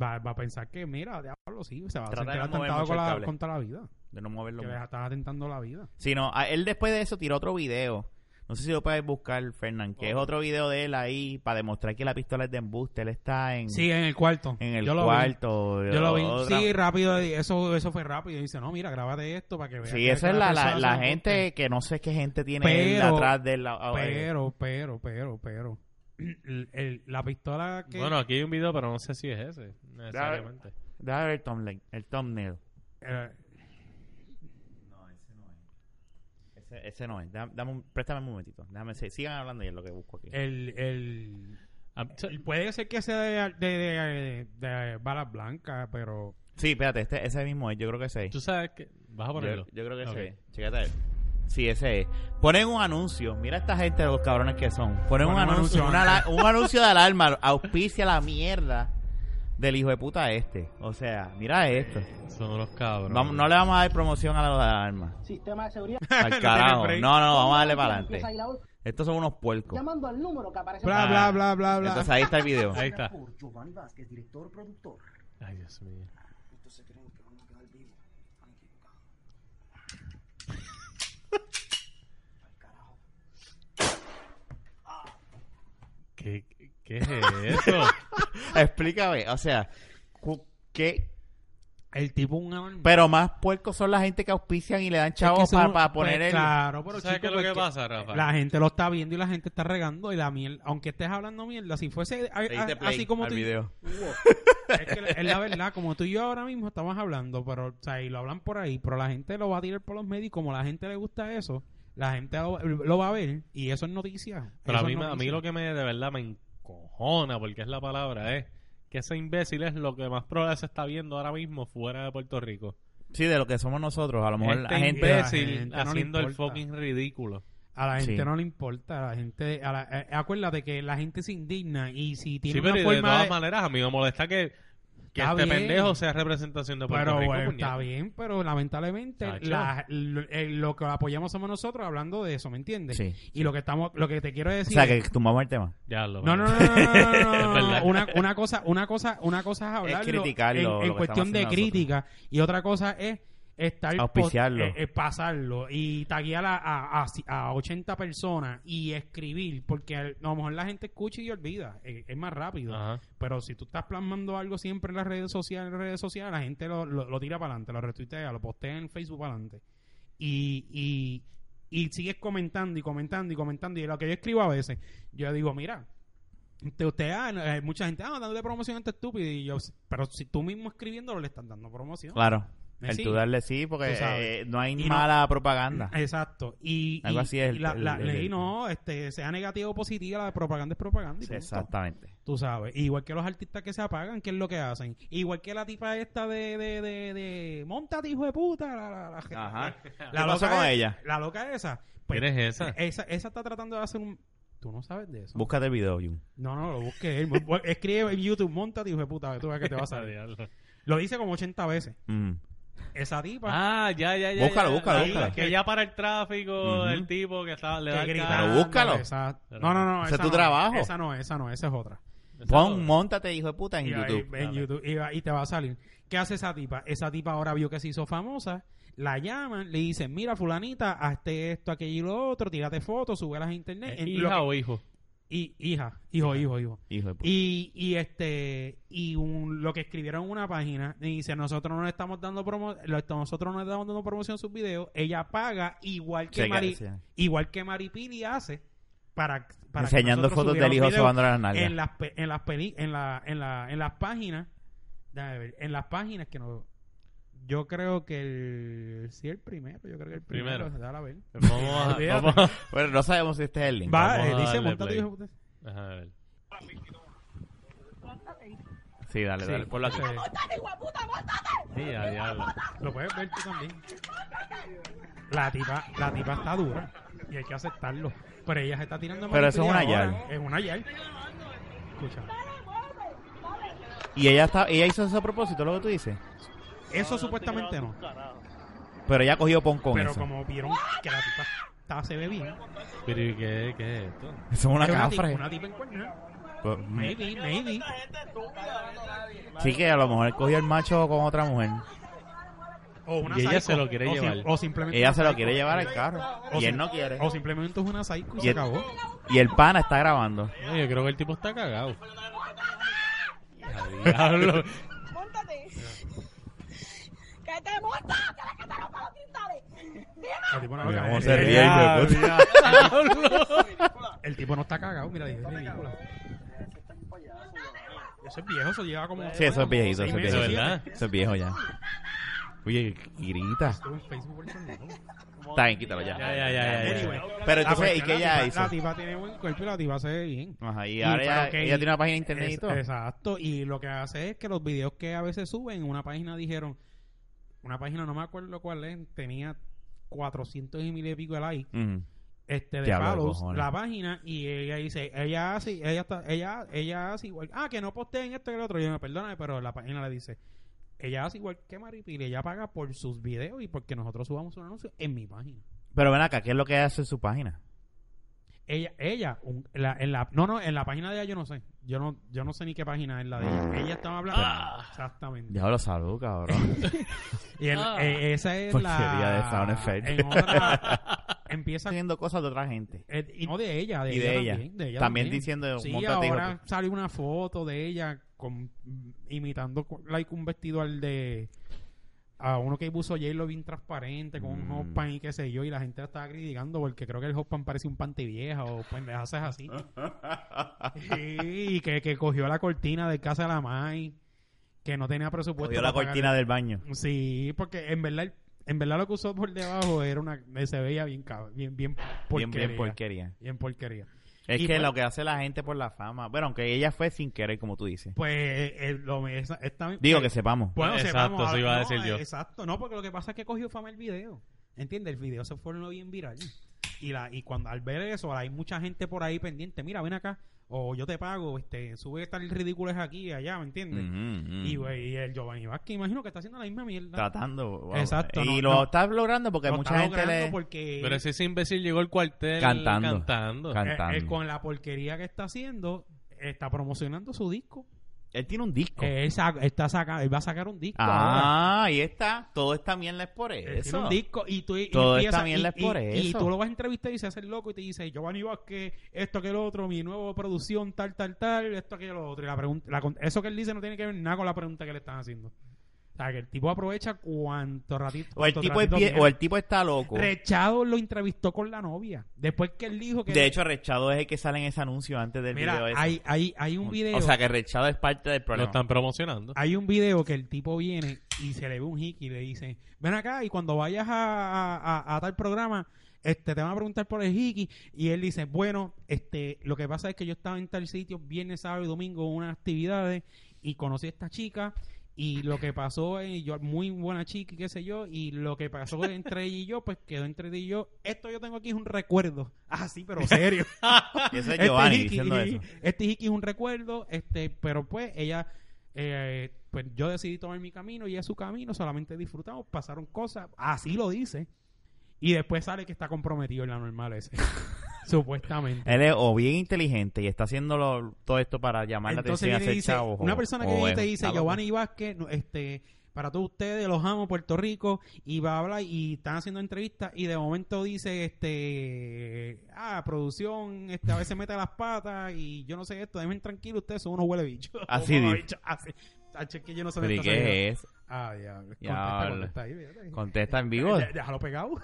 S2: va, va a pensar que, mira, diablo, sí, se va a
S1: Trata de
S2: sentir
S1: no mover
S2: atentado
S1: mucho
S2: con
S1: el
S2: la-
S1: cable.
S2: contra la vida.
S1: De no moverlo.
S2: Que
S1: mucho.
S2: estás atentando la vida.
S1: Sí, no, a- él después de eso tiró otro video. No sé si lo puedes buscar, Fernán, que es
S3: Ok.
S1: otro video de él ahí para demostrar que la pistola es de embuste. Él está en,
S2: Sí, en el cuarto.
S1: Mm. en el
S2: Yo lo vi.
S1: cuarto.
S2: Yo lo vi.
S1: otra-
S2: Sí, rápido. y Eso, eso fue rápido. Y dice, no, mira, grábate esto para que veas.
S1: Sí,
S2: que-
S1: esa
S2: que
S1: es la, la,
S2: persona
S1: la
S2: se lo
S1: gente que no sé qué gente tiene él
S2: Pero-
S1: atrás de la...
S2: corte.
S1: ah, eh,
S2: Pero, pero, pero, pero. El- el- la pistola que...
S3: Bueno, aquí hay un video, pero no sé si es ese, necesariamente.
S1: Déjame ver el thumbnail. El thumbnail.
S2: eh,
S1: No, ese no es. Ese, no es. Dame, dame un- préstame un momentito. Déjame, se- sigan hablando y es lo que busco aquí.
S2: el, el,
S3: Ah, so-
S2: el- Puede ser que sea de, de, de- de balas blancas, pero...
S1: Sí, espérate, este, ese mismo es. Yo creo que ese es.
S3: Tú sabes que... Vas a
S1: Yo,
S3: ponerlo.
S1: yo creo que
S3: Ok.
S1: ese es. Chécate. a ver. Sí, ese es. Ponen un anuncio. Mira esta gente, los cabrones que son. Ponen un
S2: Ponen un
S1: anuncio.
S2: anuncio,
S1: una ala- un anuncio de alarma. Auspicia la mierda del hijo de puta este. O sea, mira esto.
S3: Son unos cabros.
S1: Vamos, no le vamos a dar promoción a los de alarma.
S4: Sistema de seguridad.
S1: Al carajo.
S2: break.
S1: No, no, vamos a darle para
S4: Empieza ahí
S1: adelante.
S4: la voz,
S1: Estos son unos puercos.
S4: Llamando al número que aparece.
S2: Bla,
S1: Ah.
S2: bla, bla, bla, bla.
S1: Entonces ahí está el video.
S3: Ahí está.
S4: Por Giovanni Vázquez, director, productor.
S3: Ay, Dios mío.
S4: Estos se creen que van a quedar vivos. Han equivocado. Al carajo.
S3: ¿Qué, qué es eso?
S1: Explícame, o sea, cu- ¿qué?
S2: El tipo un alarma.
S1: Pero más puercos son la gente que auspician y le dan
S2: Es que
S1: chavos
S2: eso
S1: para
S2: no-
S1: poner
S2: pues,
S1: el...
S2: Claro, pero
S3: ¿Tú ¿Sabes
S2: chico,
S3: qué es lo que
S2: porque
S3: pasa, Rafa?
S2: La gente lo está viendo y la gente está regando y la miel, aunque estés hablando mierda, si fuese a- a-
S1: Le diste play
S2: así como
S1: al
S2: tú,
S1: video.
S2: es, que la- es la verdad, como tú y yo ahora mismo estamos hablando, pero o sea, y lo hablan por ahí, pero la gente lo va a tirar por los medios y como la gente le gusta eso, la gente lo, lo va a ver y eso es noticia.
S3: Pero a
S2: Eso
S3: mí,
S2: es
S3: me- a mí
S2: noticia.
S3: lo que me de verdad me encojona, porque es la palabra, es que ese imbécil es lo que más probable se está viendo ahora mismo fuera de Puerto Rico.
S1: Sí, de lo que somos nosotros. A lo mejor la
S3: este
S1: gente...
S2: imbécil. la
S3: imbécil
S2: gente no le
S3: haciendo el
S2: importa.
S3: fucking ridículo.
S2: a la gente
S1: Sí.
S2: no le importa, a la gente a la- eh, acuérdate que la gente se indigna y si tiene
S3: Sí, pero
S2: una
S3: y de
S2: forma
S3: todas
S2: de-
S3: maneras a mí me molesta que, que
S2: Está
S3: este
S2: bien.
S3: pendejo sea representación de Puerto
S2: Pero
S3: Rico.
S2: bueno,
S3: puñeta.
S2: está bien, pero lamentablemente
S3: Chacho.
S2: la- lo, eh, lo que apoyamos somos nosotros hablando de eso, ¿me entiendes?
S1: Sí.
S2: Y lo que estamos, lo que te quiero
S1: O
S2: decir,
S1: sea, que
S2: es-
S1: tumbamos el tema.
S3: Ya lo
S2: no, no, no, no, no, no, no, no, no, no. una, una cosa, una cosa, una cosa es hablarlo
S1: criticarlo, lo
S2: en- en,
S1: que
S2: cuestión
S1: estamos
S2: de
S1: haciendo
S2: crítica y otra cosa es estar po-
S1: Auspiciarlo.
S2: eh, eh, pasarlo y taguear a, a, a- a 80 personas y escribir porque a lo mejor la gente escucha y olvida, eh, es más rápido.
S3: Ajá.
S2: Pero si tú estás plasmando algo siempre en las redes sociales, en las redes sociales, la gente lo, lo- lo tira para adelante, lo retuitea, lo postea en Facebook para adelante. Y, y, y sigues comentando y comentando y comentando. Y lo que yo escribo a veces, yo digo, mira, te, usted, ah, no, eh, mucha gente, ah, dándole promoción a este estúpido. Y yo, pero si tú mismo escribiéndolo le estás dando promoción.
S1: Claro.
S2: Eh,
S1: El
S2: sí.
S1: tú darle sí, porque
S2: Tú sabes.
S1: eh, no hay
S2: Y no-
S1: mala propaganda.
S2: Exacto. Y,
S1: Algo
S2: y-
S1: así es
S2: y
S1: el-
S2: la,
S1: el-
S2: la
S1: el-
S2: ley,
S1: el-
S2: no, este, sea negativa o positiva, la propaganda es propaganda. y
S1: Sí,
S2: punto.
S1: Exactamente.
S2: Tú sabes, igual que los artistas que se apagan, ¿qué es lo que hacen? Igual que la tipa esta de, de, de, de montate, hijo de puta. La, la, la-
S1: Ajá.
S2: la
S1: Ah, ¿Qué pasó
S2: loca
S1: con
S2: es-
S1: ella?
S2: La loca esa. Pues,
S3: ¿Quién es esa?
S2: esa, esa está tratando de hacer un... Tú no sabes de eso.
S1: Búscate el video, Jun.
S2: No, no, lo busqué. él. Bu- Escribe en YouTube, montate, hijo de puta, que tú ves que te vas a salir.
S3: Diablo.
S2: Lo dice como 80 veces.
S1: Mm.
S2: Esa tipa
S3: Ah, ya, ya, ya.
S1: Búscalo,
S3: ya.
S1: búscalo,
S3: La-
S1: búscalo.
S3: Que ya para el tráfico
S1: Ujú.
S3: del tipo que estaba, le
S2: que
S3: da el
S2: grita.
S3: carro.
S1: Pero búscalo.
S2: Esa- No, no, no.
S1: Ese es
S2: esa
S1: tu
S2: no,
S1: trabajo.
S2: Esa no, esa no, esa es otra.
S1: Pon, montate, hijo de puta, en
S2: Y ahí-
S1: YouTube.
S2: en YouTube, Y, va- y te va a salir. ¿Qué hace esa tipa? Esa tipa ahora vio que se hizo famosa. La llaman, le dicen, mira, fulanita, hazte esto, aquello y lo otro, tírate fotos, súbelas a internet.
S3: ¿Es
S2: En
S3: Eh, ¿Hija
S2: lo-
S3: o hijo?
S2: y, hija, hijo, hijo, hijo.
S1: Hijo de puta.
S2: Y, y este y un- lo que escribieron en una página y dice nosotros no le estamos dando promo lo- nosotros no le estamos dando promoción a sus videos ella paga igual que
S1: Sí,
S2: Mari,
S1: sí.
S2: igual que Maripili hace para, para que
S1: Enseñando
S2: nosotros
S1: fotos del
S2: subiéramos
S1: hijo
S2: videos
S1: sobándole las nalgas.
S2: en las pe- en las peli en la en la en las páginas déjame ver, en las páginas que no yo creo que el sí el primero yo creo que el primero,
S3: Primero.
S2: dale a ver.
S3: Vamos a...
S2: Olvídate.
S3: Vamos a...
S1: Bueno, no sabemos si este es el link.
S2: va
S3: Vamos
S2: eh,
S3: a
S2: dice
S3: darle
S2: montate
S3: play.
S2: hijo de puta".
S3: Ajá, a ver.
S1: Sí, dale,
S2: Sí.
S1: dale. Ponlo aquí.
S2: Sí.
S3: Sí, a diablo.
S2: Eh, Lo puedes ver tú también. La tipa, la tipa está dura y hay que aceptarlo. Pero ella se está tirando
S1: Pero eso es una
S2: manipuladora.
S1: yal.
S2: Es una yal. Escucha.
S1: Y ella, está, ella hizo eso a propósito, lo que tú dices.
S2: Eso supuestamente no.
S1: Pero ella cogió pon con
S2: Pero
S1: eso.
S2: como vieron que la tipa está, se ve bien.
S3: Pero ¿y qué, qué es esto?
S1: Eso es una
S2: es una,
S1: cafre.
S2: tipa, una tipa encuernada.
S1: Pues, mm,
S2: Maybe, maybe.
S1: sí que a lo mejor cogió el macho con otra mujer.
S2: O una
S3: Y ella
S2: psycho.
S3: se lo quiere
S2: O sim-
S3: llevar.
S2: O simplemente
S1: Ella
S2: una
S1: se lo
S2: psycho.
S1: quiere llevar al carro.
S2: O
S1: Y
S2: sim-
S1: él no quiere.
S2: O simplemente es una psycho y
S1: Y
S2: se
S1: el-
S2: acabó.
S1: Y el pana está grabando.
S3: No, yo creo que el tipo está cagado. Ya, diablo.
S5: ¡Móntate! ¡Que te montas! ¡Que te rompa los cristales!
S2: El tipo no,
S1: Mira
S2: lo-
S1: cómo
S2: el-
S1: se
S2: el-
S1: ríe,
S3: Ya,
S1: hijo de puta.
S2: el tipo no está cagado, mira, es ridículo. Ese es viejo, eso lleva como.
S1: Sí, eso es viejito,
S2: seis
S1: eso es
S2: meses,
S1: viejito.
S3: ¿De
S2: siete.
S3: verdad?
S1: Eso es viejo ya. Oye, grita.
S2: Estuvo en Facebook el torneo.
S1: Está bien, quítalo ya.
S3: Ya, ya, ya, ya, ya.
S1: Pero
S2: Anyway. La
S1: entonces, ¿y
S2: cuestión,
S1: qué
S2: la
S1: ella
S2: tipa-
S1: hizo?
S2: La tipa tiene buen cuerpo y la tipa se ve bien.
S1: Ajá, y
S2: Y
S1: ahora
S2: para
S1: ella,
S2: lo que-
S1: ella tiene una página de internet y
S2: Mm, Es-
S1: todo.
S2: Exacto. Y lo que hace es que los videos que a veces suben en una página dijeron, una página no me acuerdo cuál es, tenía 400 y mil y pico de likes
S1: Ujú.
S2: este de
S1: Diablo de
S2: follows
S1: cojones.
S2: la página y ella dice ella hace ella está ella ella hace igual ah que no posteen esto que el otro yo me perdona pero la página le dice ella hace igual que Maripili ella paga por sus videos y porque nosotros subamos un anuncio en mi página
S1: Pero ven acá, ¿qué es lo que hace en su página?
S2: ella ella un- la- en la no no en la página de ella yo no sé yo no yo no sé ni qué página es la de ella ella estaba hablando exactamente
S1: Ah. Ya lo salud, cabrón.
S2: y el-
S3: Ah.
S2: eh, esa es
S1: Porquería
S2: la
S1: de sound effect.
S2: en otra empieza
S1: haciendo cosas de otra gente.
S2: Eh, y no de ella, de
S1: Y
S2: ella,
S1: de ella.
S2: También, de ella
S1: También diciendo un
S2: Sí,
S1: montón de
S2: ahora
S1: hijos
S2: sale una foto de ella con, imitando cu- like un vestido al de a uno que puso J-Lo bien transparente con un
S1: Mm.
S2: hot pan y qué sé yo y la gente la estaba criticando porque creo que el hot pan parece un panty vieja o pendejas así Sí, y que, que cogió la cortina de casa de la Mai que no tenía presupuesto
S1: Cogió la
S2: para
S1: cortina del baño.
S2: pagar- sí porque en verdad en verdad lo que usó por debajo era una se veía bien cab- bien bien
S1: Bien,
S2: porquería
S1: bien porquería.
S2: bien porquería
S1: Es
S2: Y
S1: que
S2: pues-
S1: lo que hace la gente por la fama. Bueno, aunque ella fue sin querer, como tú dices.
S2: Pues eh, lo esa, esta,
S1: Digo
S2: eh,
S1: que sepamos.
S2: Bueno,
S3: Exacto,
S2: sepamos,
S3: eso
S2: ahora-
S3: iba a
S2: no,
S3: decir yo.
S2: eh, Exacto, no, porque lo que pasa es que cogió fama el video. ¿Entiendes? El video se formó bien viral. Y la y cuando al ver eso, hay mucha gente por ahí pendiente, mira, ven acá o yo te pago, este, sube estas ridículas aquí y allá, ¿me entiendes?
S1: Ujú, ujú.
S2: Y, güey, y el Giovanni Vázquez, imagino que está haciendo la misma mierda.
S1: Tratando. wow.
S2: Exacto,
S1: Y
S2: no,
S1: lo
S2: no.
S1: estás logrando porque
S2: Lo
S1: mucha
S2: está
S1: gente
S2: logrando
S1: le.
S2: porque
S3: Pero si ese imbécil llegó al cuartel
S1: Cantando.
S3: cantando.
S1: Can-
S2: eh, eh,
S1: cantando.
S2: con la porquería que está haciendo, está promocionando su disco.
S1: Él tiene un disco.
S2: Eh, él, sa- está saca- él va a sacar un disco ahora.
S1: ah, ahí está. Todo está bien, es por
S2: Él
S1: eso.
S2: tiene un disco y tú y
S1: Todo
S2: empieza-
S1: está bien,
S2: y-
S1: es por
S2: y- y
S1: eso.
S2: tú lo vas a entrevistar y se hace el loco y te dice Giovanni Vázquez esto que lo otro mi nueva producción tal tal tal esto que lo otro y la pregunta la con- eso que él dice no tiene que ver nada con la pregunta que le están haciendo o sea que el tipo aprovecha cuanto ratito
S1: O el,
S2: cuanto
S1: tipo es
S2: ratito
S1: bien-
S2: tiene.
S1: o el tipo está loco.
S2: Rechado lo entrevistó con la novia después que él dijo que
S1: De hecho, Rechado es el que sale en ese anuncio antes del
S2: mira
S1: video. ese.
S2: hay, hay, hay un video
S1: O sea, que Rechado es parte del
S3: Lo
S1: problema.
S3: están promocionando.
S2: Hay un video que el tipo viene y se le ve un hickey y le dice, ven acá y cuando vayas a, a- a- a tal programa, este, te van a preguntar por el hickey y él dice, bueno, este, lo que pasa es que yo estaba en tal sitio viernes, sábado y domingo en unas actividades y conocí a esta chica y lo que pasó es, yo, muy buena chica y qué sé yo, y lo que pasó entre ella y yo, pues quedó entre ella y yo, esto yo tengo aquí es un recuerdo, ah sí, pero serio.
S1: Y ese es Giovanni
S2: Este hickey-
S1: diciendo eso.
S2: Este hickey es un recuerdo, este, pero pues ella, eh, pues yo decidí tomar mi camino y ella su camino, solamente disfrutamos, pasaron cosas, así lo dice. Y después sale que está comprometido en la normal ese, supuestamente.
S1: Él es o bien inteligente y está haciendo lo- todo esto para llamar
S2: Entonces
S1: la
S2: viene y
S1: atención y
S2: dice,
S1: hacer chavo.
S2: una persona que viene y te dice, Giovanni Vázquez, no, este, para todos ustedes, los amo, Puerto Rico, y va a hablar, y están haciendo entrevistas, y de momento dice, este, ah, producción, este, a veces mete las patas, y yo no sé esto, déjenme tranquilo, ustedes son unos huele bichos.
S1: Así
S2: Unos
S1: dice.
S2: bichos, así. Tacho, es que yo no sé
S1: ¿Pero
S2: dónde
S1: y
S2: está esa idea.
S1: qué es?
S2: Ah, diablo.
S1: Diablo.
S2: Contesta, contesta ahí, fíjate.
S1: Contesta en vivo.
S2: Eh, Déjalo pegado.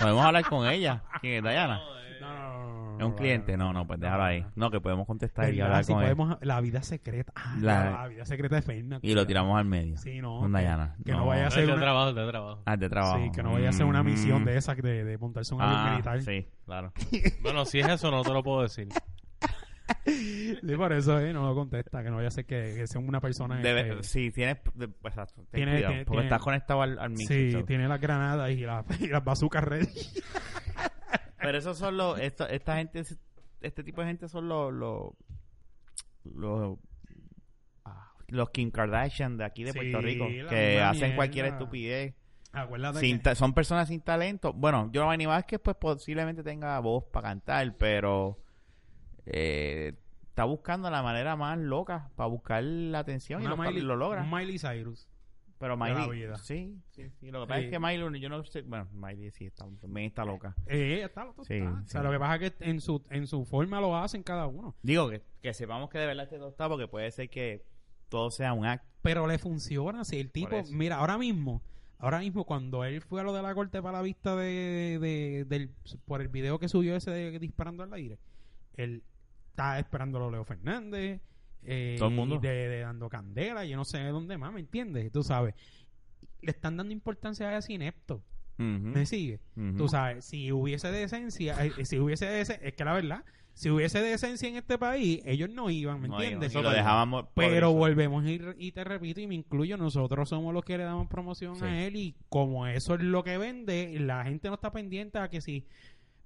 S1: Podemos hablar con ella. ¿Quién es Dayana?
S2: No, no, no,
S1: ¿Es un
S2: no,
S1: cliente? No, no, pues déjalo ahí. No, que podemos contestar y hablar
S2: si
S1: con él.
S2: podemos, la vida secreta. Ah,
S1: La-
S2: la, vida secreta de Fernández.
S1: Y lo tiramos al medio.
S2: Sí, no. eh,
S1: Con
S2: que-
S1: Dayana.
S2: que no vaya a
S3: Está
S2: hacer
S3: de
S2: una-
S3: trabajo, está de trabajo.
S1: Ah, de trabajo.
S2: Sí, que no vaya a ser una misión
S1: Mm.
S2: de esa de, de montarse un avión
S1: Ah,
S2: militar.
S1: sí, claro.
S3: Bueno, si es eso, no te lo puedo decir.
S2: Sí, por eso eh, no lo contesta, que no vaya a ser que, que sea una persona
S1: Debe-
S2: este,
S1: sí, tienes... de- pues, exacto, ten
S2: Tiene-
S1: cuidado,
S2: tiene-
S1: porque
S2: tiene-
S1: estás conectado al, al micro,
S2: Sí,
S1: so.
S2: tiene las granadas y, la- y las bazucas ready.
S1: Pero esos son los... Esta, esta gente... Este tipo de gente son los... Los... Los, ah, los Kim Kardashian de aquí de
S2: Sí,
S1: Puerto Rico.
S2: la
S1: Que
S2: misma
S1: hacen cualquier
S2: mierda. Ah,
S1: estupidez.
S2: Acuérdate
S1: Sin
S2: que-
S1: ta- son personas sin talento. Bueno, Giovanni Vázquez pues posiblemente tenga voz para cantar, pero eh, está buscando la manera más loca para buscar la atención y
S2: Una
S1: lo, lo logra.
S2: un Miley Cyrus.
S1: Pero
S2: de la
S1: Miley,
S2: vida.
S1: sí, sí, sí. Lo que pasa
S2: Sí.
S1: es que Miley, yo no sé, bueno, Miley sí está, también está loca.
S2: Eh, está, está,
S1: Sí,
S2: está. O sea,
S1: sí.
S2: lo que pasa es que en su, en su forma lo hacen cada uno.
S1: Digo que, que sepamos que de verdad este todo está, porque puede ser que todo sea un acto.
S2: Pero le funciona. Si el tipo,
S1: eso.
S2: mira, ahora mismo, ahora mismo cuando él fue a lo de la corte para la vista de, de- del, por el video que subió ese de disparando al aire, él está esperando a Leo Fernández. eh,
S1: Todo el mundo.
S2: De, de dando candela, yo no sé de dónde más, ¿me entiendes? Tú sabes. Le están dando importancia a ese inepto.
S1: Mm.
S2: ¿Me sigue?
S1: Ujú.
S2: Tú sabes, si hubiese decencia, eh, eh, si hubiese dece- es que la verdad, si hubiese decencia en este país, ellos no iban, ¿me
S1: No, y-
S2: entiendes?
S1: y lo dejábamos. por
S2: Pero
S1: eso.
S2: volvemos y, re- y te repito y me incluyo, nosotros somos los que le damos promoción
S1: Sí.
S2: a él y como eso es lo que vende, la gente no está pendiente a que si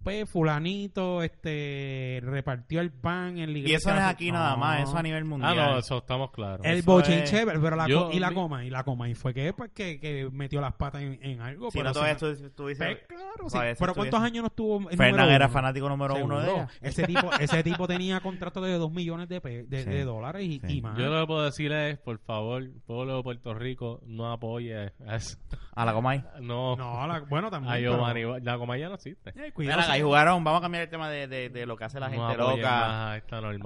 S2: pues fulanito este repartió el pan en la
S1: Y
S2: iglesia. pues,
S1: eso no es aquí nada más, eso a nivel
S3: Ah,
S1: mundial.
S3: no, eso estamos claros.
S2: El
S1: eso
S2: bochinche,
S1: es-
S2: pero la
S3: Yo-
S2: co- y la
S3: mi-
S2: coma, y la coma, y fue que pues que, que metió las patas en, en algo.
S1: si no,
S2: pero eso
S1: todavía tú,
S2: no-
S1: tú dices.
S2: Pues, claro, sí.
S1: todavía
S2: Pero
S1: estuviese-
S2: ¿cuántos años no estuvo? el
S1: Fernan
S2: número
S1: era
S2: uno?
S1: fanático número uno de
S2: Seguro.
S1: ella.
S2: Ese tipo, ese tipo tenía contrato de 2 millones de, pe- de,
S1: Sí.
S2: de dólares y,
S1: Sí.
S2: y más.
S3: Yo lo que puedo decir es, por favor, pueblo de Puerto Rico, no apoye a eso.
S1: A la Comay.
S3: No,
S2: No, la- bueno, también.
S3: a
S2: pero-
S3: Giovanni. La comaya no existe.
S2: Eh, cuidado,
S1: Mira, ahí
S2: sí.
S1: jugaron. Vamos a cambiar el tema de, de, de lo que hace la
S3: No
S1: gente
S3: apoyen
S1: loca.
S3: más a esta normal,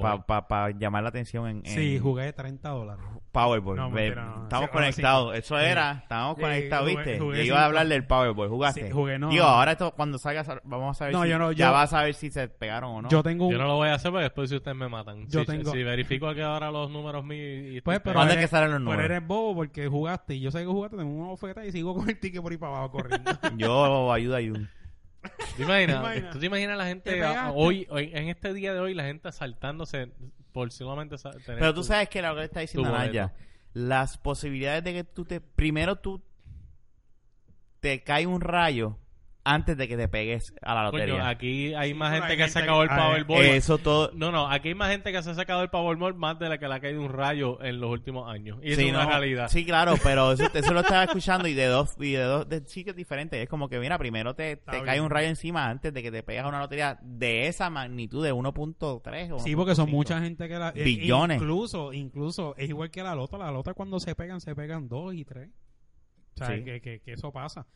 S1: Para
S3: por favor.
S1: llamar la atención en, en
S2: Sí, jugué 30 dólares.
S1: Powerball.
S2: No,
S1: Ve,
S2: mentira, no.
S1: Estamos
S2: Sí, ahora sí.
S1: conectados. Eso
S2: Sí.
S1: era. Estábamos
S2: Sí,
S1: conectados,
S2: jugué-
S1: ¿viste?
S2: jugué
S1: Yo
S2: cinco.
S1: iba a hablar del Powerball. ¿Jugaste?
S2: Sí, jugué, no.
S1: Digo, ahora esto, cuando salga, sal- vamos a ver
S2: No,
S1: si...
S2: yo no,
S1: ya
S2: yo-
S1: vas a ver si se pegaron o no.
S2: Yo tengo un...
S3: Yo no lo voy a hacer porque después si ustedes me matan.
S2: Yo
S3: si,
S2: tengo-
S3: si verifico aquí ahora los números míos y- y...
S2: Pues,
S3: estoy
S2: pero
S1: ¿Cuándo
S3: pegado.
S1: es que salen los
S2: Pero
S1: números?
S2: eres bobo porque jugaste. Y yo sé que jugaste, tengo una oferta y sigo con el ticket por ahí para abajo corriendo.
S1: Yo ayudo a Jun.
S3: ¿Te imaginas?
S2: ¿Te imaginas?
S3: ¿Tú te imaginas la gente
S2: Te pegaste.
S3: hoy, hoy- en este día de hoy, la gente asaltándose por solamente sa- tener
S1: Pero tú
S3: tu-
S1: sabes que lo que está diciendo
S3: tu boleto.
S1: Naya, las posibilidades de que tú te... Primero tú te cae un rayo antes de que te pegues a la
S3: Coño,
S1: lotería.
S3: aquí hay
S2: Sí,
S3: más
S2: pero
S3: gente
S2: hay
S3: que ha
S2: gente Ah,
S3: sacado el
S2: que- a ver,
S3: Powerball.
S1: Eso todo...
S3: No, no, aquí hay más gente que se ha sacado el Powerball más de la que le ha caído un rayo en los últimos años. Y eso
S1: Sí,
S3: es una
S1: no.
S3: realidad.
S1: Sí, claro, pero eso, eso lo estaba escuchando y de dos y de dos de sitios diferentes. Es como que, mira, primero te, te
S2: bien.
S1: cae un rayo encima antes de que te pegas a una lotería de esa magnitud de 1.3 o
S2: sí, porque son
S1: 1.5.
S2: mucha gente que la... eh,
S1: Billones.
S2: Incluso, incluso, es igual que la lota. La lota cuando se pegan, se pegan dos y tres. O sea,
S1: Sí.
S2: que, que, que eso pasa.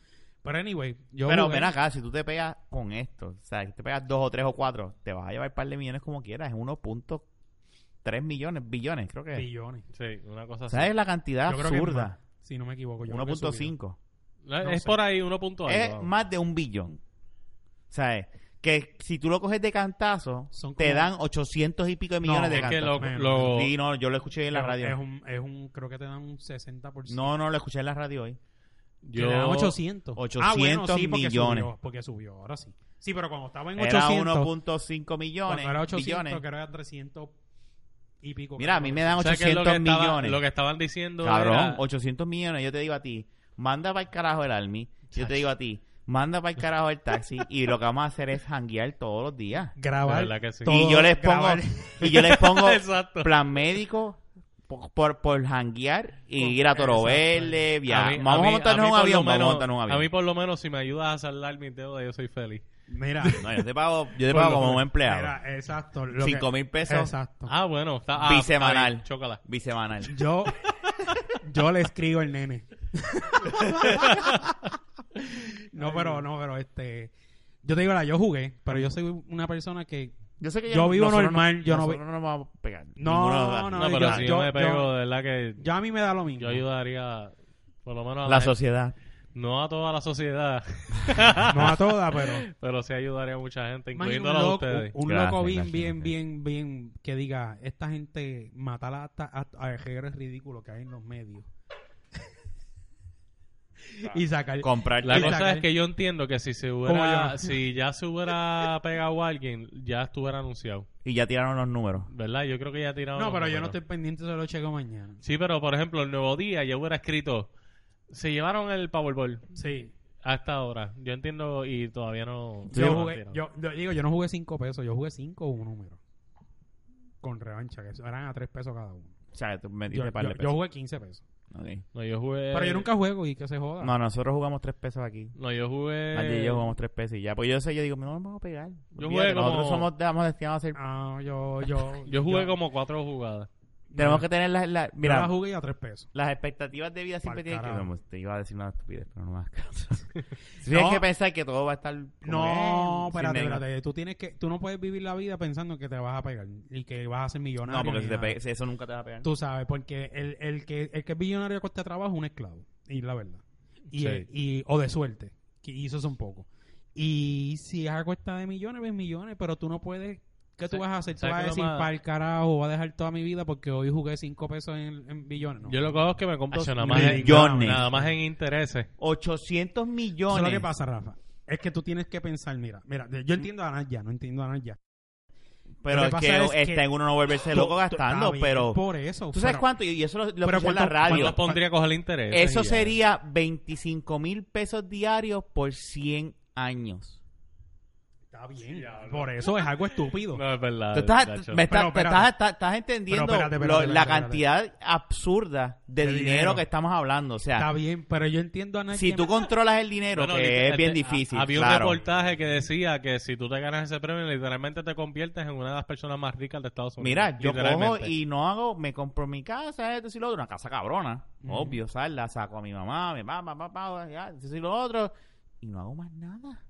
S2: Pero anyway, yo
S1: Pero
S2: jugué-
S1: ven acá, si tú te pegas con esto, o sea, si te pegas dos o tres o cuatro, te vas a llevar un par de millones como quieras, es 1.3 millones, billones, creo que. es.
S2: Billones.
S3: Sí, una cosa así.
S1: ¿Sabes la cantidad
S2: Yo creo que es
S1: absurda?
S2: más, Si no me equivoco. yo creo que he subido.
S1: 1.5.
S3: No,
S2: no
S3: es
S2: sé.
S3: por ahí, 1.1.
S1: Es más de un billón. ¿Sabes? Que si tú lo coges de cantazo,
S2: Son
S1: te
S2: como-
S1: dan 800 y pico de millones
S2: No,
S1: de
S3: Es que lo,
S1: cantazos.
S2: Menos.
S3: lo-
S1: Sí, no, yo lo escuché en la
S2: Pero
S1: radio.
S2: Es un, es un, creo que te dan un 60%.
S1: No, no, lo escuché en la radio hoy.
S2: Que le dan
S3: yo,
S2: 800.
S1: 800
S2: porque
S1: millones.
S2: Subió, porque subió, ahora sí. Sí, pero cuando estaba en
S1: Era
S2: 800.
S1: 1.5 millones.
S2: cuando era 800,
S1: billones.
S2: que era 300 y pico.
S1: Mira, a mí me dan
S3: ¿sabes qué es
S1: 800
S3: lo que estaba-
S1: millones.
S3: Lo que estaban diciendo
S1: Cabrón,
S3: era-
S1: 800 millones. Yo te digo a ti, manda para el carajo el Army. Yo te digo a ti, manda para el carajo el taxi. y lo que vamos a hacer es hanguear todos los días.
S2: Grabar.
S3: La verdad que sí.
S2: todo,
S1: y yo les pongo,
S2: grabar.
S1: y yo les pongo
S3: Exacto.
S1: plan médico por, por, por hanguear y ir a Toro
S2: Exacto.
S1: Verde,
S3: A
S1: viajar.
S3: mí-
S1: vamos a,
S3: mí-
S1: montarnos
S3: mí
S1: un
S3: por
S1: avión,
S3: lo
S1: vamos a
S3: menos-
S1: montarnos un avión.
S3: A mí por lo menos si me ayudas a saldar mis deudas yo soy feliz.
S2: Mira.
S1: No, yo te pago, yo te pago como un empleado.
S2: Mira, exacto. lo que-
S1: 5 mil pesos
S2: Exacto.
S3: Ah, bueno, está ah,
S1: Bisemanal.
S3: está bien, Chócala.
S1: bisemanal.
S2: Yo, yo le escribo el nene. no, pero, no, pero este. Yo te digo la, yo jugué, pero yo soy una persona que
S1: Yo sé que
S2: Yo vivo
S1: nosotros
S2: normal, yo no
S1: nosotros no nos vamos a pegar.
S2: No,
S1: Ninguno de los
S2: no,
S3: No,
S1: dos.
S3: pero
S2: yo-
S3: si
S2: yo-
S3: yo me pego,
S2: yo-
S3: de verdad que
S2: ya a mí me da lo mismo.
S3: yo ayudaría por lo menos a
S1: La
S3: gente-
S1: sociedad.
S3: no a toda la sociedad,
S2: No a todas, pero.
S3: pero sí ayudaría a mucha gente,
S2: Imagino
S3: incluyendo
S2: un
S3: a
S2: loco,
S3: ustedes.
S2: un
S1: Gracias,
S2: loco bien,
S1: gracias,
S2: bien,
S1: gracias.
S2: bien, bien, que diga, esta gente matará hasta, hasta a es ridículo que hay en los medios. y sacar...
S1: Comprar
S3: La
S2: Y
S3: cosa
S2: sacar-
S3: es que yo entiendo que si se
S2: Como
S3: hubiera
S2: yo.
S3: si ya se hubiera pegado a alguien, ya estuviera anunciado,
S1: y ya tiraron los números.
S3: ¿verdad? Yo creo que ya tiraron
S2: No,
S3: los
S2: pero yo no
S3: números.
S2: estoy pendiente, se lo checo mañana.
S3: Sí, pero por ejemplo, el nuevo día ya hubiera escrito se llevaron el Powerball
S2: Sí.
S3: hasta ahora. Yo entiendo y todavía no
S2: Yo,
S3: no lo han
S2: jugué,
S3: tirado.
S2: yo, yo digo, yo no jugué 5 pesos, yo jugué 5 o un número. Con revancha, que eso eran a 3 pesos cada uno.
S1: O sea, que tú metiste
S2: Yo,
S1: par de
S2: yo- yo
S1: pesos.
S2: jugué 15 pesos.
S1: Ok.
S3: No, yo jugué.
S2: Pero yo nunca juego y que se joda.
S1: No, nosotros jugamos tres pesos aquí.
S3: No, yo jugué.
S1: Allí y
S2: Eh.
S1: yo jugamos tres pesos y ya. Pues yo sé, yo digo, no nos vamos a pegar.
S3: Yo
S1: Olvídate,
S3: jugué como-
S1: Nosotros somos, estamos destinados a hacer...
S2: Ah, yo, yo,
S3: Yo jugué como cuatro jugadas.
S1: Tenemos que tener las... las-
S2: Mira,
S1: mira,
S2: la jugué a tres pesos.
S1: las expectativas de vida siempre
S2: Pa'l
S1: tienen que...
S2: carajo.
S1: Vamos, te iba a decir una estupidez, pero no más caso. Tienes que pensar que todo va a estar... como
S2: No,
S1: que-
S2: espérate,
S1: sin-
S2: espérate. Tú, tienes que, tú no puedes vivir la vida pensando que te vas a pegar y que vas a ser millonario.
S1: No, porque
S2: ni
S1: si te
S2: nada.
S1: pe- si eso nunca te va a pegar.
S2: Tú sabes, porque el, el que, el que es billonario cuesta trabajo es un esclavo, y la verdad. Y,
S3: Sí.
S2: y- o de suerte, que y eso son pocos. Y si es a cuesta de millones, ves millones, pero tú no puedes. ¿Qué tú
S3: Sa-
S2: vas a hacer? ¿Tú
S3: ¿sabes
S2: vas a
S3: qué lo
S2: decir,
S3: más-
S2: para el carajo, voy a dejar toda mi vida porque hoy jugué 5 pesos en, en billones? No.
S3: Yo lo que hago es que me compro
S1: Hacho,
S3: nada más, en,
S1: millones.
S3: nada más en intereses.
S1: 800
S2: Eso
S1: millones.
S2: es lo que pasa, Rafa. Es que tú tienes que pensar, mira, mira, yo entiendo a Naya, no entiendo a Naya.
S1: Pero
S2: Lo
S1: es
S2: que
S1: que
S2: pasa es
S1: está
S2: que-
S1: en uno no volverse loco
S2: Tú- tú- está
S1: gastando,
S2: bien,
S1: pero...
S2: Por eso.
S1: ¿Tú sabes
S2: pero-
S1: cuánto? Y- Y eso lo, lo
S2: Pero
S1: puse en la
S2: ¿cuánto-
S1: radio.
S2: cuánto
S3: Yo pondría a coger intereses.
S1: Eso
S3: y ya.
S1: sería 25 mil pesos diarios por 100 años.
S2: Está bien. Por eso es algo estúpido.
S3: No, es verdad.
S1: Tú estás,
S3: Nacho.
S1: me estás-
S2: Pero,
S1: te
S2: espérate.
S1: estás- estás- estás entendiendo
S2: Pero, espérate,
S1: lo-
S2: espérate,
S1: la
S2: espérate,
S1: cantidad absurda de,
S2: De
S1: dinero,
S2: dinero.
S1: que estamos hablando. O
S2: Está
S1: sea,
S2: bien, pero yo entiendo a Naya.
S1: si tú controlas el dinero,
S3: Bueno,
S1: que
S3: literal-
S1: es bien
S3: este,
S1: difícil,
S3: ha- Había
S1: claro.
S3: un reportaje que decía que si tú te ganas ese premio, literalmente te conviertes en una de las personas más ricas de Estados Unidos.
S1: Mira, yo cojo
S3: Literalmente.
S1: y no hago, me compro mi casa, esto y lo otro, una casa cabrona,
S2: Ujú.
S1: obvio, ¿sabes? La saco a mi mamá, mi mamá, papá, papá, ya, esto y lo otro, y no hago más nada.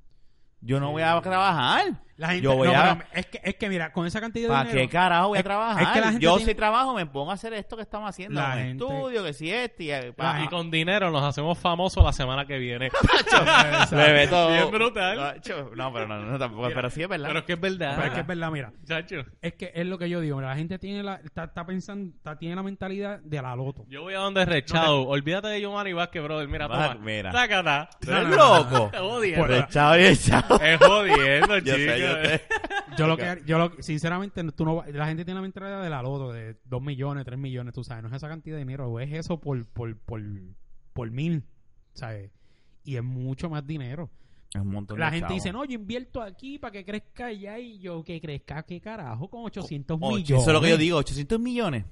S1: Yo no voy a trabajar.
S2: La gente,
S1: yo voy
S2: no,
S1: a...
S2: pero es, que, es que mira, con esa cantidad de
S1: ¿Para
S2: dinero.
S1: qué carajo voy a
S2: Es-
S1: trabajar?
S2: es que la gente
S1: yo
S2: tiene-
S1: si trabajo me pongo a hacer esto que estamos haciendo,
S2: La
S1: un
S2: gente-
S1: estudio, que si este, y, eh, pa-
S3: Y con dinero nos hacemos famosos la semana que viene.
S2: Exacto.
S1: le ve todo.
S3: Bien brutal.
S1: Nacho, No, pero no, no, tampoco, pero sí es verdad.
S3: Pero es que es verdad.
S2: Pero es que es verdad, mira.
S3: Chacho,
S2: Es que es lo que yo digo. mira, la gente tiene la, está, está pensando, está, tiene la mentalidad de la loto.
S3: yo voy a donde rechado. Olvídate de Giovanni Vázquez, brother. Mira,
S1: Va-
S3: toma.
S1: mira.
S3: Tácata.
S1: Tú eres loco.
S3: Te odio.
S2: Por-
S1: El chavo y el chavo.
S3: Es jodiendo,
S1: Pues, Yo sé, yo sé.
S3: chico.
S2: Yo lo que, yo lo, sinceramente, no- tú no, va- la gente tiene la mentalidad de la loto, de 2 millones, 3 millones, tú sabes. No es esa cantidad de dinero, o es eso por, por, por, por mil, ¿sabes? Y es mucho más dinero.
S1: Es un montón
S2: La
S1: de
S2: gente
S1: chavos.
S2: dice, no, yo invierto aquí para que crezca allá y yo que crezca, ¿qué carajo? Con 800
S1: Ocho,
S2: millones.
S1: Eso es lo que yo digo, 800 millones.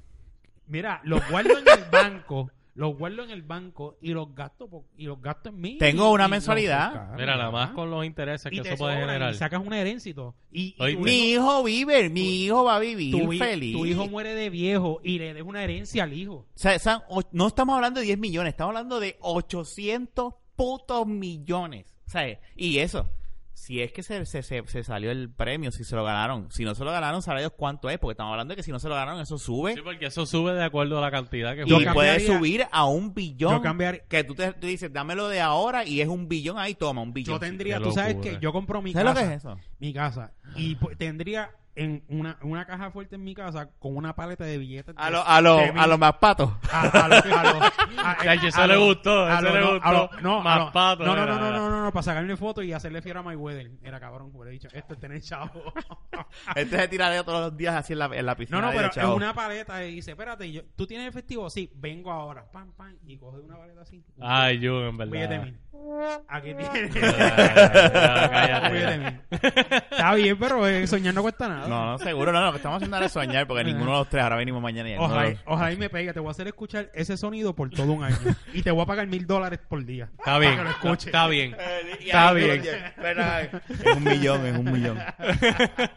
S2: Mira, los guardo en el banco, los guardo en el banco y los gasto po- y los gasto en mí.
S1: Tengo
S2: Y-
S1: una
S2: y los-
S1: mensualidad.
S2: claro,
S3: Mira, nada más
S2: ajá.
S3: con los intereses que
S2: Y te
S3: eso puede
S2: sobran
S3: generar.
S2: y sacas una herencia y todo. Y, y
S3: Oye,
S2: tu-
S1: Mi hijo vive, mi hijo va a vivir
S2: tu hi-
S1: feliz.
S2: tu hijo muere de viejo y le des una herencia al hijo.
S1: O sea, son och- no estamos hablando de 10 millones, estamos hablando de 800 putos millones. O sea, y eso, si es que se, se- se- se salió el premio, si se lo ganaron. Si no se lo ganaron, sabe Dios cuánto es, porque estamos hablando de que si no se lo ganaron, eso sube.
S3: Sí, porque eso sube de acuerdo a la cantidad que
S1: Y
S2: Yo
S3: juegas.
S1: puede
S2: cambiaría-
S1: subir a un billón.
S2: yo cambiaría-
S1: Que tú, te, tú dices, dámelo de ahora y es un billón ahí, toma, un billón.
S2: Yo tendría,
S3: qué
S2: tú sabes
S3: locura.
S2: que yo compro mi
S1: ¿Sabes lo
S2: casa.
S1: que es eso?
S2: mi casa y pues, tendría en una, una caja fuerte en mi casa con una paleta de billetes de-
S1: A los a lo,
S2: de mil.
S1: a lo más patos.
S2: a, a lo- a lo- a-
S3: Chacho, eso
S2: a
S3: le
S2: lo-
S3: gustó,
S2: a
S3: eso
S2: lo-
S3: le
S2: no,
S3: gustó.
S2: a lo- no, a
S3: Más
S2: lo-
S3: pato,
S2: no, no,
S3: era,
S2: no, no,
S3: era.
S2: no, no, no, para sacarle foto y hacerle fiera a My Wedding. Era cabrón, hubiera dicho, esto es tener chavo.
S1: Este se tira de todos los días así en la, en la piscina.
S2: no, no,
S1: y
S2: pero
S1: el chavo.
S2: es una paleta y dice, espérate, yo, ¿tú tienes efectivo? Sí, vengo ahora. Pam, pam, y coge una paleta así.
S3: Ay, yo, en
S2: Un billete de
S3: verdad.
S2: mil. Aquí tiene.
S3: Ah, cállate.
S2: Un billete de mil. Está bien, pero eh, soñar no cuesta nada.
S1: No, no, seguro, no, no, lo que estamos haciendo ahora es soñar porque ninguno de los tres ahora venimos mañana y alguno de
S2: Ojalá,
S1: los-
S2: ojalá y me pegue, te voy a hacer escuchar ese sonido por todo un año. y te voy a pagar mil dólares por día.
S3: Está bien.
S2: Para que lo escuche.
S3: Está bien.
S1: Está bien. Es un millón, es un millón.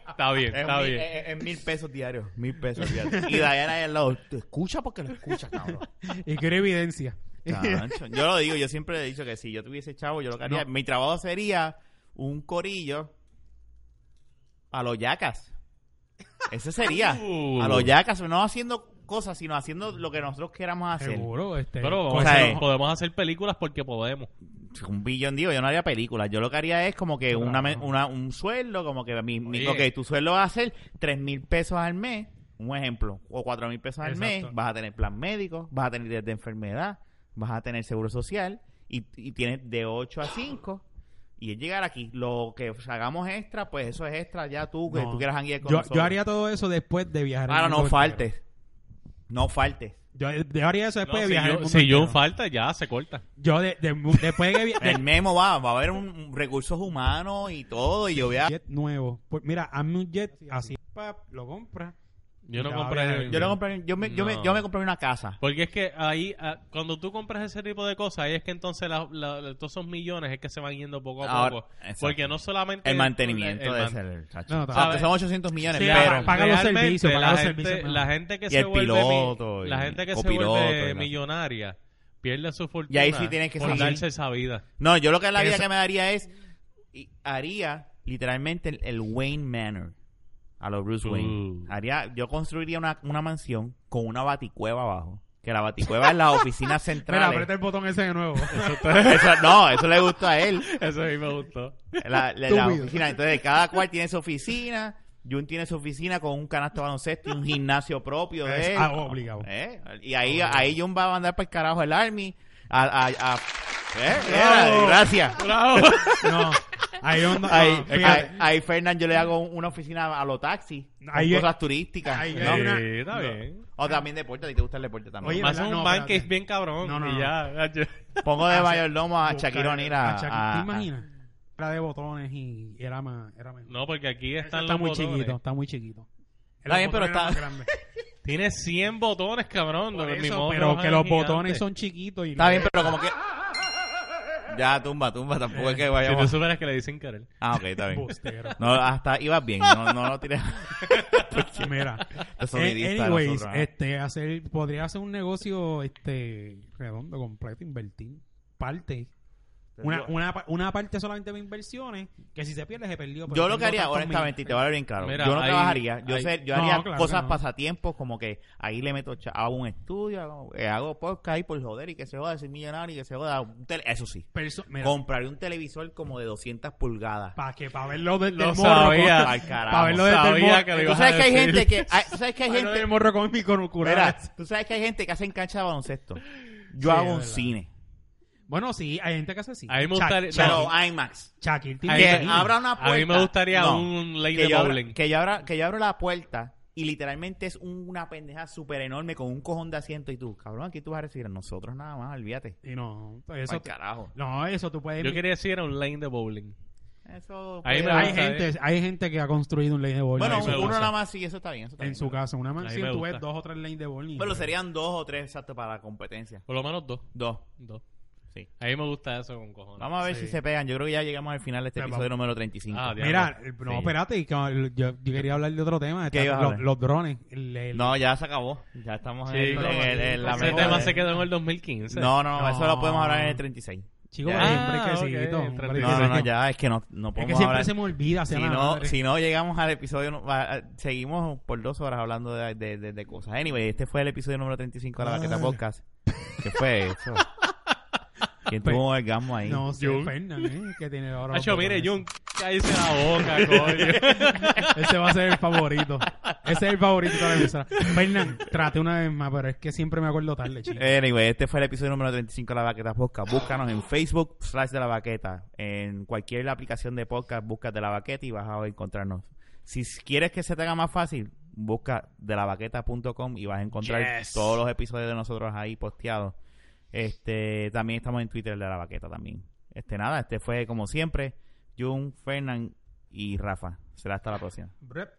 S3: Está bien.
S1: Es,
S3: Está
S1: mil,
S3: bien.
S1: es- es mil pesos diarios, mil pesos diarios. Y Diana ahí al lado, "Te escucha porque lo escucha, cabrón.
S2: Y quiero evidencia.
S1: Chacho, Yo lo digo, yo siempre he dicho que si yo tuviese chavo, yo lo que haría,
S2: No.
S1: mi trabajo sería un corillo a los yacas. Ese sería.
S3: Uh.
S1: A los yacas, no haciendo cosas, sino haciendo lo que nosotros queramos hacer.
S2: Seguro, este.
S3: Pero vamos
S1: O
S2: con-
S1: sea,
S3: a hacer-
S1: eh.
S3: podemos hacer películas porque podemos.
S1: un billón, digo, yo no haría películas. Yo lo que haría es como que una, me-
S2: Claro.
S1: una- un sueldo, como que mi, mi-
S3: Oye.
S1: ok, tu sueldo va a ser tres mil pesos al mes, un ejemplo, o cuatro mil pesos al
S2: Exacto.
S1: mes, vas a tener plan médico, vas a tener días de enfermedad, vas a tener seguro social, y, y tienes de 8 a 5. Y es llegar aquí. Lo que hagamos extra, pues eso es extra. Ya tú, que
S2: No.
S1: tú quieras hanguear con
S2: yo,
S1: nosotros.
S2: yo haría todo eso después de viajar. el
S1: Claro,
S2: mundo
S1: Ah, no
S2: entero.
S1: faltes. No faltes.
S2: Yo, yo haría eso
S3: No,
S2: después de
S3: si
S2: viajar. el
S3: yo,
S2: mundo
S3: si yo Eh.
S2: entero.
S3: falta, ya se corta.
S2: Yo de- de- después de viajar.
S1: El memo va, va a haber un, un recursos humanos y todo. Y yo voy a
S2: jet nuevo. Pues mira, hazme un jet así, pap, lo compra.
S3: Yo no
S2: Ya,
S3: compré.
S2: bien.
S1: Yo, no compré- yo, me, yo, me,
S3: No.
S1: yo me compré una casa.
S3: Porque es que ahí, ah, cuando tú compras ese tipo de cosas, ahí es que entonces la- la- la- todos esos millones es que se van yendo poco a
S1: Ahora,
S3: poco.
S1: exacto.
S3: Porque no solamente.
S1: El mantenimiento
S3: el
S1: de
S3: man-
S1: ese. el- chacho.
S2: No,
S1: O sea,
S3: ¿sabes?
S1: que son 800 millones,
S3: Sí,
S1: pero.
S2: pa- pa- paga los
S3: realmente
S2: servicios, paga
S3: la,
S2: los
S3: gente,
S2: servicios,
S3: la gente que
S1: Y
S3: se
S1: el
S3: vuelve
S1: piloto,
S3: mi-
S1: y
S3: la gente que se
S1: copiloto, y
S3: vuelve
S1: la-
S3: millonaria pierde su fortuna.
S1: Y ahí sí tienes que
S3: por
S1: seguir.
S3: darse esa vida.
S1: No, yo lo que la vida
S2: Eso-
S1: que me daría es. y- Haría literalmente el, el Wayne Manor a los Bruce Wayne.
S3: Uh.
S1: Haría, yo construiría una, una mansión con una baticueva abajo. Que la baticueva es la oficina
S2: Mira,
S1: central.
S2: aprieta el botón ese de nuevo.
S1: Eso- no, eso le gusta a él.
S3: Eso ahí me gustó.
S1: La, la- la oficina. Entonces, cada cual tiene su oficina. Jun tiene su oficina con un canasto de baloncesto y un gimnasio propio de él.
S2: Ah, obligado.
S1: ¿Eh? Y ahí, ahí Jun va a mandar para el carajo el Army. A, a, a- ¿Eh?
S3: Bravo.
S1: Mira, gracias.
S3: ¡Bravo!
S2: No. Ahí onda. no,
S1: Ahí,
S2: fíjate.
S1: ahí, ahí, Fernan, yo le hago un- una oficina a los taxis. con
S2: Ahí es-
S1: cosas turísticas.
S2: ahí
S1: ¿no?
S2: es una-
S3: Sí, está bien.
S1: O también deporte, a ti te gusta el deporte también.
S2: Oye,
S3: Me hace
S2: ¿verdad?
S3: un
S2: No,
S3: pancake
S2: espérate.
S3: bien cabrón.
S2: No, no,
S3: y
S2: no.
S3: ya.
S1: Pongo de mayordomo a
S2: Busca-
S1: ah, Shakira O'Neal.
S2: a
S1: A,
S2: Shakir-
S1: a-
S2: ¿Te
S1: a-
S2: imaginas? Era de botones y era más. Era mejor.
S3: No, porque aquí
S2: está
S3: están los
S2: muy
S3: botones.
S2: chiquito, está muy chiquito.
S1: Está bien, pero
S2: botones
S1: está-
S2: eran más grandes.
S3: Tiene 100 botones, cabrón.
S2: Por
S3: no, ni
S2: eso,
S3: modo,
S2: pero
S3: no
S2: que
S3: es
S2: los
S3: gigante.
S2: botones son chiquitos y
S1: Está bien, pero como que. Ya, tumba, tumba. Tampoco es que
S3: Si tú
S1: vayamos.
S3: superas que le dicen Karel.
S1: Ah, ok, está bien.
S2: Bustero.
S1: No, hasta ibas bien. No, no lo tiré.
S2: Mira,
S1: De sonidista
S2: eh,
S1: de
S2: anyways,
S1: nosotros, ¿eh?
S2: este, hacer, podría hacer un negocio este redondo, completo, invertir parte. Una, una, pa- una parte solamente de inversiones que si se pierde se perdió. pero
S1: Yo lo
S2: tengo
S1: que haría,
S2: tantos
S1: honestamente, y te
S2: millones.
S1: vale bien caro.
S3: Mira,
S1: yo no
S3: ahí-
S1: trabajaría. Yo,
S3: ahí-
S1: sé, yo
S2: No,
S1: haría
S2: claro que
S1: cosas
S2: no.
S1: pasatiempos como que ahí le meto, cha- hago un estudio, hago, eh, hago podcast ahí por joder y que se joda, soy millonario y que se joda. Un tele- Eso sí,
S2: Perso- mira,
S1: compraré un televisor como de 200 pulgadas.
S2: para que para verlo del,
S3: Lo
S2: del
S3: sabía.
S2: morro.
S1: Ay, carajo.
S2: Para verlo desde el
S3: Sabía
S2: morro.
S3: que lo
S1: este Tú
S3: ibas a
S1: sabes que hay
S3: decir.
S1: gente que... hay- tú sabes que hay
S2: Para verlo
S1: gente...
S2: del morro con mi
S1: Mira,
S2: conucura.
S1: tú sabes que hay gente que hace en cancha de baloncesto. Yo
S2: Sí,
S1: hago
S2: es
S1: un
S2: verdad.
S1: cine.
S2: Bueno, sí, hay gente que hace así.
S3: A mí me
S2: Shak-
S3: gustaría-
S2: Shakir-
S1: Pero IMAX.
S2: Shakir tiene
S3: Ahí
S1: Que
S2: que-
S3: me-
S1: abra una puerta.
S3: A mí me gustaría
S1: pues, No.
S3: un ley
S1: que
S3: de
S1: yo, abra-
S3: bowling.
S1: que yo abra, que yo abro la puerta y literalmente es un- una pendeja súper enorme con un cojón de asiento y tú, cabrón, aquí tú vas a recibir a nosotros nada más, olvídate.
S2: Y no,
S1: Eso
S2: eso,
S1: carajo.
S2: no, eso tú puedes.
S3: Yo quería decir era un lane de bowling.
S1: Eso
S3: Ahí
S1: pues,
S3: me
S2: hay
S1: ay,
S3: gusta, eh.
S2: gente, hay gente que ha construido un lane de bowling.
S1: Bueno,
S2: en su
S1: uno
S2: casa.
S1: nada más sí, eso está bien, eso está
S2: en
S1: bien.
S2: su casa, una
S3: me
S2: mansión, tú
S3: gusta.
S2: ves dos o tres lanes de bowling.
S1: Pero serían dos o tres exacto para la competencia.
S3: Por lo menos dos.
S1: Dos.
S3: Dos.
S1: Sí.
S3: A mí me gusta eso con cojones.
S1: Vamos a ver
S2: Sí.
S1: si se pegan. Yo creo que ya llegamos al final de este
S2: Pero
S1: episodio número 35.
S3: Ah, diablo.
S2: Mira, eh, no,
S1: Sí.
S2: espérate, y que- eh, yo, yo quería hablar de otro tema.
S1: ¿Qué
S2: está-
S1: ibas a
S2: los,
S1: hablar?
S2: los drones. el- el-
S1: no, ya se acabó. Ya estamos en,
S3: Chicos,
S1: el- en el- en la
S3: ese
S1: mejor-
S3: tema se quedó en el 2015.
S1: No, no,
S2: No.
S1: eso lo podemos hablar en el 36.
S2: Chicos,
S1: Ya.
S2: siempre
S3: Ah,
S2: hay que
S3: ok,
S2: seguir, hombre,
S3: entre-
S1: No, no, no,
S2: es que-
S1: ya es que no, no podemos
S2: Es que siempre
S1: hablar.
S2: se me olvida. se
S1: si
S2: me va la
S1: no,
S2: madre.
S1: si no llegamos al episodio, no- va- a- seguimos por dos horas hablando de, de- de- de cosas. Anyway, este fue el episodio número 35 de la Baqueta
S2: Ay.
S1: Podcast. ¿Qué fue eso? ¿Quién tuvo un orgasmo ahí?
S2: Pues, No sé,
S3: Jun.
S2: Fernan, ¿eh? que tiene ahora.
S3: Hacho,
S2: los
S3: mire,
S2: botones.
S3: Jun, cállese la boca, coño.
S2: Ese va a ser el favorito. Ese es el favorito de la emisora. Fernan, trate una vez más, pero es que siempre me acuerdo tarde, chicos.
S1: Anyway, este fue el episodio número 35 de la Baqueta Podcast. Búscanos en Facebook, slash de la Baqueta. En cualquier aplicación de podcast, busca de la Baqueta y vas a encontrarnos. Si quieres que se te haga más fácil, busca de la y vas a encontrar
S3: Yes.
S1: todos los episodios de nosotros ahí posteados. Este, también estamos en Twitter de la Baqueta también. Este, nada, este fue como siempre, Jun, Fernán y Rafa. Será hasta la próxima.
S2: Brep.